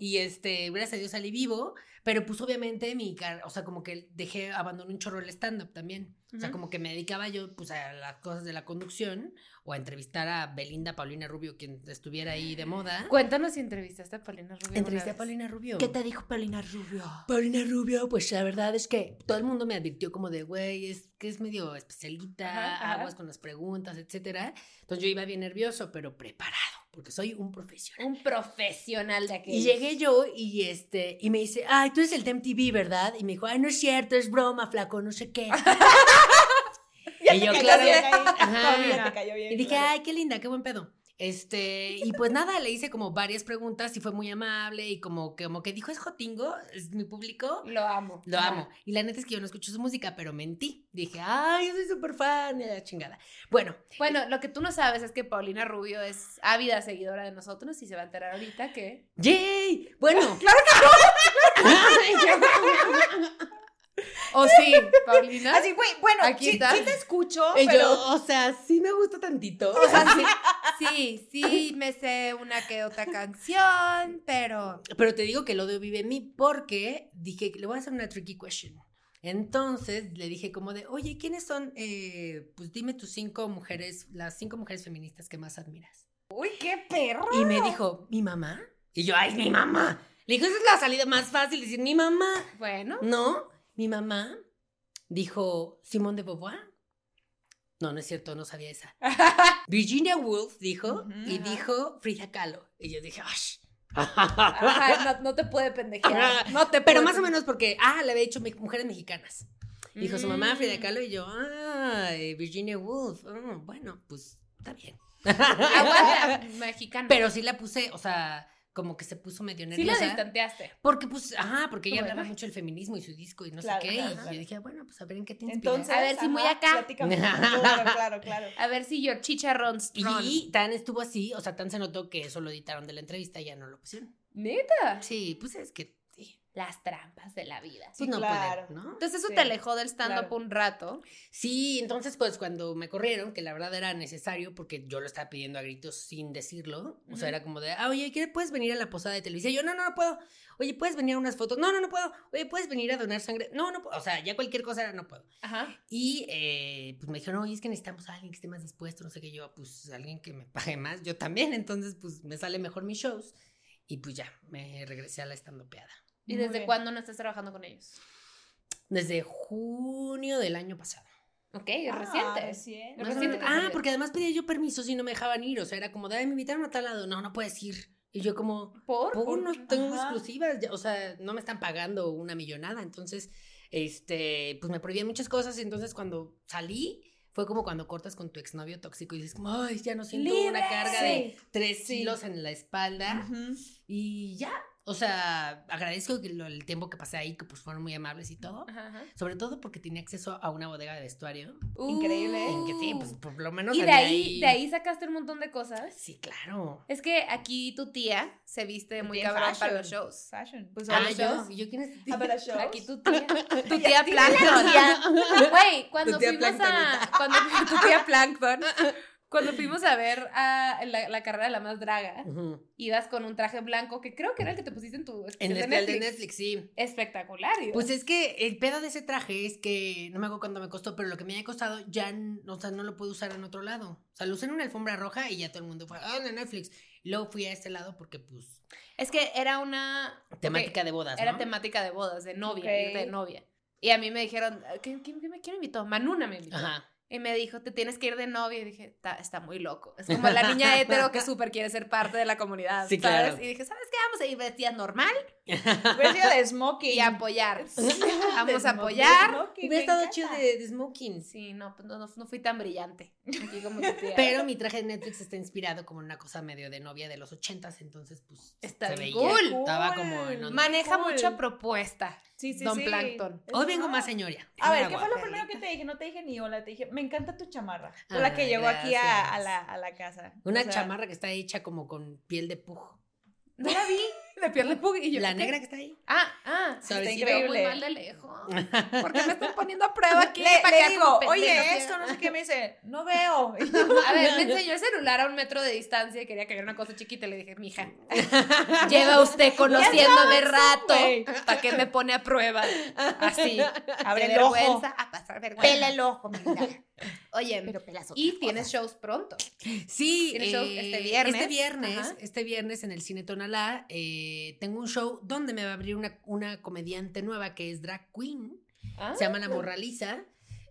C: Y este, gracias a Dios salí vivo, pero pues obviamente mi car- o sea, como que dejé, abandoné un chorro el stand-up también. O sea,
A: Ujú.
C: como que me dedicaba yo pues a las cosas de la conducción o a entrevistar a Belinda Paulina Rubio, quien estuviera ahí de moda.
A: Cuéntanos si entrevistaste a Paulina Rubio.
C: Entrevisté
A: alguna vez.
C: a este Paulina Rubio.
A: dijo Paulina Rubio?
C: Paulina Rubio, pues la verdad es que todo el mundo me advirtió como de, güey, es que es medio especialita,
A: Ajá, ajá.
C: aguas con las preguntas, etcétera. Entonces yo iba bien nervioso, pero preparado, porque soy un profesional.
A: Un profesional de
C: Y
A: aquellos.
C: llegué yo y este y me dice, ay, tú eres el de MTV, ¿verdad? Y me dijo, ay, no es cierto, es broma, flaco, no sé
A: (laughs)
C: qué. y yo,
B: te
C: claro.
B: cayó bien ahí.
C: Ajá.
B: Todo bien, te cayó bien,
C: Y dije,
B: claro.
C: ay, qué linda, qué buen pedo. Este, y pues nada, le hice como varias preguntas y fue muy amable y como, como que dijo, es Jotingo, es mi público.
A: Lo amo.
C: Lo amo. Y la neta es que yo no escucho su música, pero mentí. Dije, ay, yo soy súper fan de la chingada. Bueno,
A: Bueno, lo que tú no sabes es que Paulina Rubio es ávida seguidora de nosotros y se va a enterar ahorita que.
C: ¡yay!
A: (laughs)
C: Bueno, (laughs)
A: O sí, Paulina.
B: Así, güey, bueno,
A: Aquí
B: sí,
A: está.
B: sí te escucho,
C: y
B: pero...
C: yo, o sea, sí me gusta tantito.
A: O sea, sí, (laughs) sí, sí, me sé una que otra canción, pero.
C: (laughs) Pero te digo que lo odio vive en mí porque dije, le voy a hacer una tricky question. Entonces le dije como de, oye, ¿quiénes son? eh, pues dime tus cinco mujeres, las cinco mujeres feministas que más admiras.
B: Uy, qué perro.
C: Y
A: Ah.
C: me dijo, ¿mi mamá? Y yo, ay, mi mamá. Le dije, esa es la salida más fácil, decir, mi mamá. (laughs)
A: Bueno.
C: No, mi mamá dijo, Simone de Beauvoir. No, no es cierto, no
A: (laughs)
C: sabía esa. Virginia Woolf dijo,
B: Ujú.
C: y
A: Ajá.
C: dijo Frida Kahlo. Y yo dije, ¡ay!
A: Ajá, no, no te puede pendejear.
C: Ajá.
A: No te
C: Pero
A: puede
C: más o
A: pendejear.
C: menos porque, ah, le había dicho "Me- mujeres mexicanas. Dijo su mamá,
A: Mm.
C: Frida Kahlo, y yo, ah, Virginia Woolf. Ah, bueno, pues está bien.
A: Aguanta, Mm, mexicana.
C: (laughs) Pero sí la puse, o sea, como que se puso
A: sí
C: medio
A: la
C: nerviosa.
A: distanteaste.
C: porque, pues, ajá, porque ella
A: Bueno.
C: hablaba mucho del feminismo y su disco y no
B: Claro,
C: sé qué.
B: claro,
C: y
B: claro.
C: yo dije, bueno, pues a ver en qué te inspira.
B: Entonces,
A: A ver si muy
B: ajá,
A: acá.
B: platícame. Claro, claro, (laughs) claro.
A: A ver si yo chicharrón. strong.
C: y Tan estuvo así, o sea, Tan se notó que eso lo editaron de la entrevista y ya no lo pusieron.
A: Neta.
C: Sí, pues es que, sí,
A: Las trampas de la vida.
B: Sí,
C: pues no
B: claro.
C: poder, ¿no?
A: Entonces eso
B: Sí,
A: te alejó del stand-up
B: claro.
A: un rato.
C: Sí, entonces pues cuando me corrieron, que la verdad era necesario porque yo lo estaba pidiendo a gritos sin decirlo, o
A: Ujú.
C: sea, era como de, ah, oye, ¿quieres, ¿puedes venir a la posada de televisión? Yo, no, no, no puedo. Oye, ¿puedes venir a unas fotos? No, no, no puedo. Oye, ¿puedes venir a donar sangre? No, no puedo. O sea, ya cualquier cosa era, no puedo.
A: Ajá.
C: Y eh, pues me dijeron, oye, es que necesitamos a alguien que esté más dispuesto, no sé qué yo, pues alguien que me pague más, yo también, entonces pues me sale mejor mis shows. Y pues ya, me regresé a la estandopeada.
A: ¿Y
B: Muy
A: desde
B: bien.
A: cuándo no estás trabajando con ellos?
C: Desde junio del año pasado.
A: Ok,
B: Ah,
A: reciente.
B: recién.
A: No
C: Más o
A: reciente
C: menos.
A: te
C: Ah,
A: salió.
C: porque además pedía yo permisos y no me dejaban ir. O sea, era como, "Ay, me invitaron a tal lado. No, no puedes ir. Y yo como,
A: ¿Por?
C: ¿por no tengo
B: Ajá.
C: exclusivas? ya, O sea, no me están pagando una millonada. Entonces, este, pues me prohibían muchas cosas. Entonces, cuando salí, fue como cuando cortas con tu exnovio tóxico y dices como, ay, ya no siento
A: ¡Libre!
C: una carga de tres
B: Sí.
C: kilos en la espalda.
B: Ujú.
C: Y ya, o sea, agradezco que lo- el tiempo que pasé ahí, que pues fueron muy amables y todo.
A: Ajá, ajá.
C: Sobre todo porque tenía acceso a una bodega de vestuario.
B: Increíble.
C: En que sí, pues por lo menos.
A: ¿eh? Uh. y de
C: había
A: ahí, de ahí sacaste un montón de cosas.
C: Sí, claro.
A: Es que aquí tu tía se viste muy
B: Bien
A: cabrón para
B: fashion.
A: los shows.
B: Fashion.
A: Pues
C: Ah,
A: ahora
C: yo, ¿yo quién es? (laughs)
A: (laughs)
B: A ver, a shows.
A: Aquí tu tía. Tu tía
B: tía
A: (laughs) Plankton. Güey, cuando
C: Tu tía
A: fuimos a.
C: Planktonita.
A: Cuando, (laughs) tu tía Plankton. Cuando fuimos a ver a la, la carrera de la más draga,
C: Ujú.
A: ibas con un traje blanco que creo que era el que te pusiste en tu.
C: En este,
A: especial
C: el
A: de
C: especial de
A: Netflix.
C: Netflix, sí.
A: Espectacular. digo.
C: Pues es que el pedo de ese traje es que no me acuerdo cuánto me costó, pero lo que me haya costado ya, n- o sea, no lo puedo usar en otro lado. O sea, lo usé en una alfombra roja y ya todo el mundo fue, ah, en el Netflix. Y luego fui a este lado porque, pues,
A: es que era una.
C: temática de bodas.
A: Era
C: ¿no?
A: temática de bodas, de novia,
B: Ok.
A: ir de novia. Y a mí me dijeron, "Ah, ¿quién, quién- quién me, quién me invitó? Manuna me invitó.
C: Ajá.
A: Y me dijo, te tienes que ir de novia. Y dije, está, está muy loco. Es
C: (laughs)
A: como la niña hetero que súper quiere ser parte de la comunidad,
C: Sí,
A: ¿sabes?
C: claro.
A: Y dije, ¿sabes qué? Vamos a ir vestidas normal
B: Vestido de smoking.
A: Y
B: (laughs)
A: apoyar.
B: De
A: (laughs) Vamos a
B: smoking,
A: apoyar.
B: smoking,
C: Hubiera
B: me
C: estado
B: encanta.
C: chido de, de smoking.
A: Sí, no, pues no, no- no fui tan brillante. Aquí como tu tía.
C: Pero mi traje de Netflix está inspirado como en una cosa medio de novia de los ochentas, entonces pues
A: Está
C: se
A: bien
C: veía.
A: cool.
C: Estaba como en onda.
A: Maneja
B: Cool.
A: mucha propuesta.
B: Sí, sí,
A: Don
B: sí.
A: Plankton.
C: Hoy vengo
B: Ajá.
C: más señora.
B: A ver,
C: Una
B: ¿qué fue lo
C: guapa.
B: primero que te dije? No te dije ni hola, te dije, me encanta tu chamarra. Fue
C: Ay,
B: la que llegó aquí a, a
C: gracias.
B: la, a la casa.
C: Una
B: O sea,
C: chamarra que está hecha como con piel de pujo.
A: No la vi. De Pierre Pug y yo.
C: La
A: ¿qué?
C: negra que está ahí.
A: Ah, ah.
C: Está
A: Sí,
B: increíble.
A: veo Muy mal de
C: (laughs)
A: lejos. Porque me están poniendo a prueba aquí.
B: Le,
A: para
B: le
A: quedar
B: digo,
A: como pendeja.
B: oye, esto no sé qué me dice, no veo. Y yo,
A: A ver, me enseñó el celular a un metro de distancia y quería que viera una cosa chiquita y le dije, (laughs) mija, lleva usted conociéndome rato
B: güey.
A: para que me pone a prueba. Así.
B: Abre
A: de
B: el ojo.
A: vergüenza a pasar vergüenza.
B: Pela el ojo, mi vida.
A: Oye,
B: Pero pelazo.
A: y tienes shows pronto.
C: Sí,
A: Tiene show este viernes.
C: Este viernes,
A: Ajá.
C: este viernes en el Cine Tonalá, eh, tengo un show donde me va a abrir una, una comediante nueva que es drag queen.
A: Ah,
C: Se llama La Morraliza.
A: (laughs)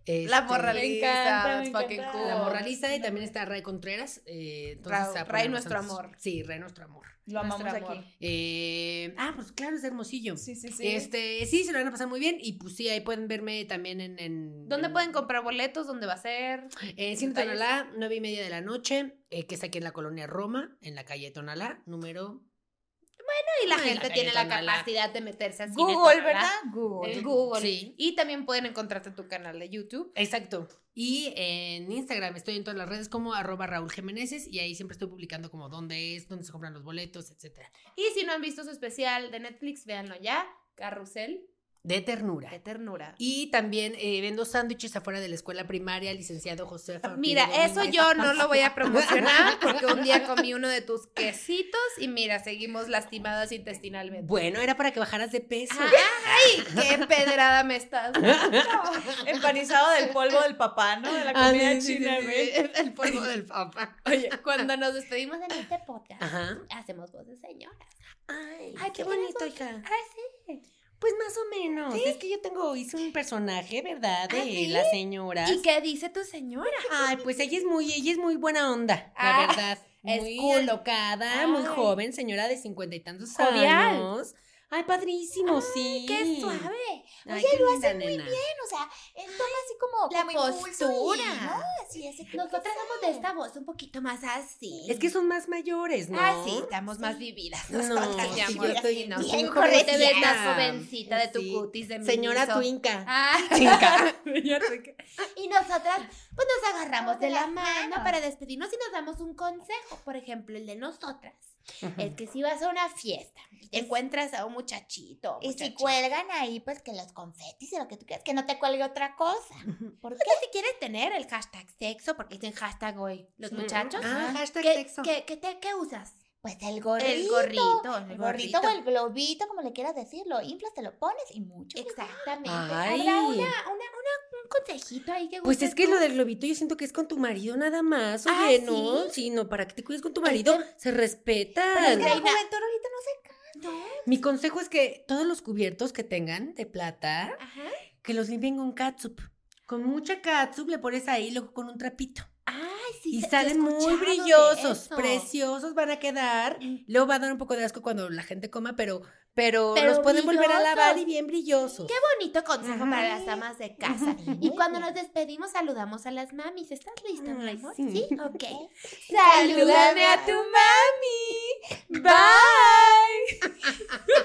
A: La
C: Este,
A: morraliza,
B: Me encanta, me
A: it's fucking
B: encanta.
A: cool.
C: La Morraliza y también está Ray Contreras. eh, entonces
A: Ra-
C: se va a
A: Ray
C: poner
A: Nuestro
C: bastante-
A: Amor.
C: Sí, Ray Nuestro Amor.
B: Lo amamos
A: Nuestro amor.
B: aquí.
C: Eh, ah, pues claro, es de hermosillo.
B: Sí, sí, sí.
C: Este, sí, se lo van a pasar muy bien. Y pues sí, ahí pueden verme también en. en-
A: ¿Dónde
C: en-
A: pueden comprar boletos? ¿Dónde va a ser?
C: En Cine Tonalá, nueve y media de la noche, eh, que es aquí en la colonia Roma, en la calle Tonalá, número.
A: Y la
C: Ay,
A: gente
C: la
A: tiene la
C: calle Tonalá.
A: capacidad de meterse a Cine
B: Google,
A: Tonalá.
B: ¿verdad? Google.
A: El Google.
C: Sí.
A: Y también pueden encontrarte tu canal de YouTube.
C: Exacto. Y en Instagram estoy en todas las redes como arroba Raúl Jiménez y ahí siempre estoy publicando como dónde es, dónde se compran los boletos, etcétera.
A: Y si no han visto su especial de Netflix, véanlo ya. Carrusel
C: De
A: de
C: ternura.
A: ternura.
C: Y también eh, vendo sándwiches afuera de la escuela primaria, licenciado José. Ortiz de
A: Ah, Mira, eso
C: Domínguez.
A: yo no lo voy a (laughs) promocionar porque un día comí uno de tus quesitos y mira, seguimos lastimadas intestinalmente.
C: Bueno, era para que bajaras de peso.
A: Ah,
C: (laughs)
A: ¡Ay! (laughs) ¡Qué pedrada me estás!
B: (laughs) Empanizado del polvo del papá, ¿no? De la
C: Ah,
B: comida
C: sí, sí,
B: china,
C: sí, sí.
B: güey.
A: (laughs)
C: El polvo del papá.
A: Oye, cuando nos despedimos en este podcast,
C: Ajá.
A: hacemos voz de señoras.
C: Ay,
A: Ay,
C: qué
A: ¿tienes
C: bonito, hija.
A: Ay, sí.
C: Pues más o menos. Es que yo tengo, hice un personaje, ¿verdad? De
A: ¿Ah, sí?
C: la señora.
A: ¿Y qué dice tu señora?
C: Ay, pues ella es muy, ella es muy buena onda, la
A: Ah,
C: verdad.
A: (laughs) es
C: Muy
A: cool.
C: alocada, muy
A: Ay.
C: joven, señora de cincuenta y tantos
A: Jovial.
C: años. Ay, padrísimo, sí.
A: ¡Qué suave!
C: Ay,
D: Oye,
C: qué
D: lo
C: linda
D: hace muy
C: nena.
D: bien, o sea, él toma así como,
A: La
D: como impulso y,
A: postura.
D: ¿no? Así es,
A: Nosotras somos de esta voz un poquito más así.
C: Es que son más mayores, ¿no?
A: Ah, sí, estamos más vividas.
C: No,
A: nosotras, mi
C: sí,
A: amor.
C: yo estoy
A: Sí, no,
C: bien
A: tú joven, Te ves
D: corregida.
A: más jovencita de tu
C: Sí.
A: cutis, de mi
C: Señora
A: miso.
C: (laughs) Twinca.
A: Ah,
C: Twinca.
A: señora Twinca.
D: Y nosotras, pues nos agarramos de la mano
A: manos.
D: para despedirnos y nos damos un consejo. Por ejemplo, el de nosotras es que si vas a una fiesta y te encuentras a un muchachito,
A: Y si
D: cuelgan ahí, pues que los confetis y lo que tú quieras, que no te cuelgue otra cosa.
A: ¿Por qué si quieres tener el hashtag sexo? Porque dicen hashtag hoy los muchachos.
C: Ah, hashtag
A: ¿Qué,
C: sexo.
A: qué- qué te- qué usas?
D: Pues el gorrito.
A: El gorrito.
D: El gorrito o el globito, como le quieras decirlo, inflas, te lo pones y mucho. cuidado.
A: Exactamente.
C: Ay.
A: Habrá una, una, una- un consejito ahí que
C: Pues
A: guste
C: es que
A: tú.
C: lo del globito yo siento que es con tu marido nada más,
A: Ah,
C: oye, ¿no? Sí, no, para que te cuides con tu marido, se
D: Pero es
C: respetan.
D: que la
A: Reina.
D: juventud ahorita no se
C: Mi consejo es que todos los cubiertos que tengan de plata,
A: Ajá.
C: que los limpien con catsup. Con mucha catsup le pones ahí luego con un trapito.
A: Ay, sí.
C: Y
A: se- yo he
C: salen muy
A: escuchado de
C: brillosos,
A: eso. Mm.
C: preciosos van a quedar. Luego va a dar un poco de asco cuando la gente coma, pero, pero,
A: Pero
C: los pueden volver a lavar
A: brillosos.
C: y bien brillosos.
A: Qué bonito consejo
C: Ajá.
A: para las amas de casa. Y cuando nos despedimos, saludamos a las mamis. ¿Estás lista, mi
C: Ay,
A: amor?
C: sí.
A: Sí, ok.
B: Salúdame a tu mami. Bye.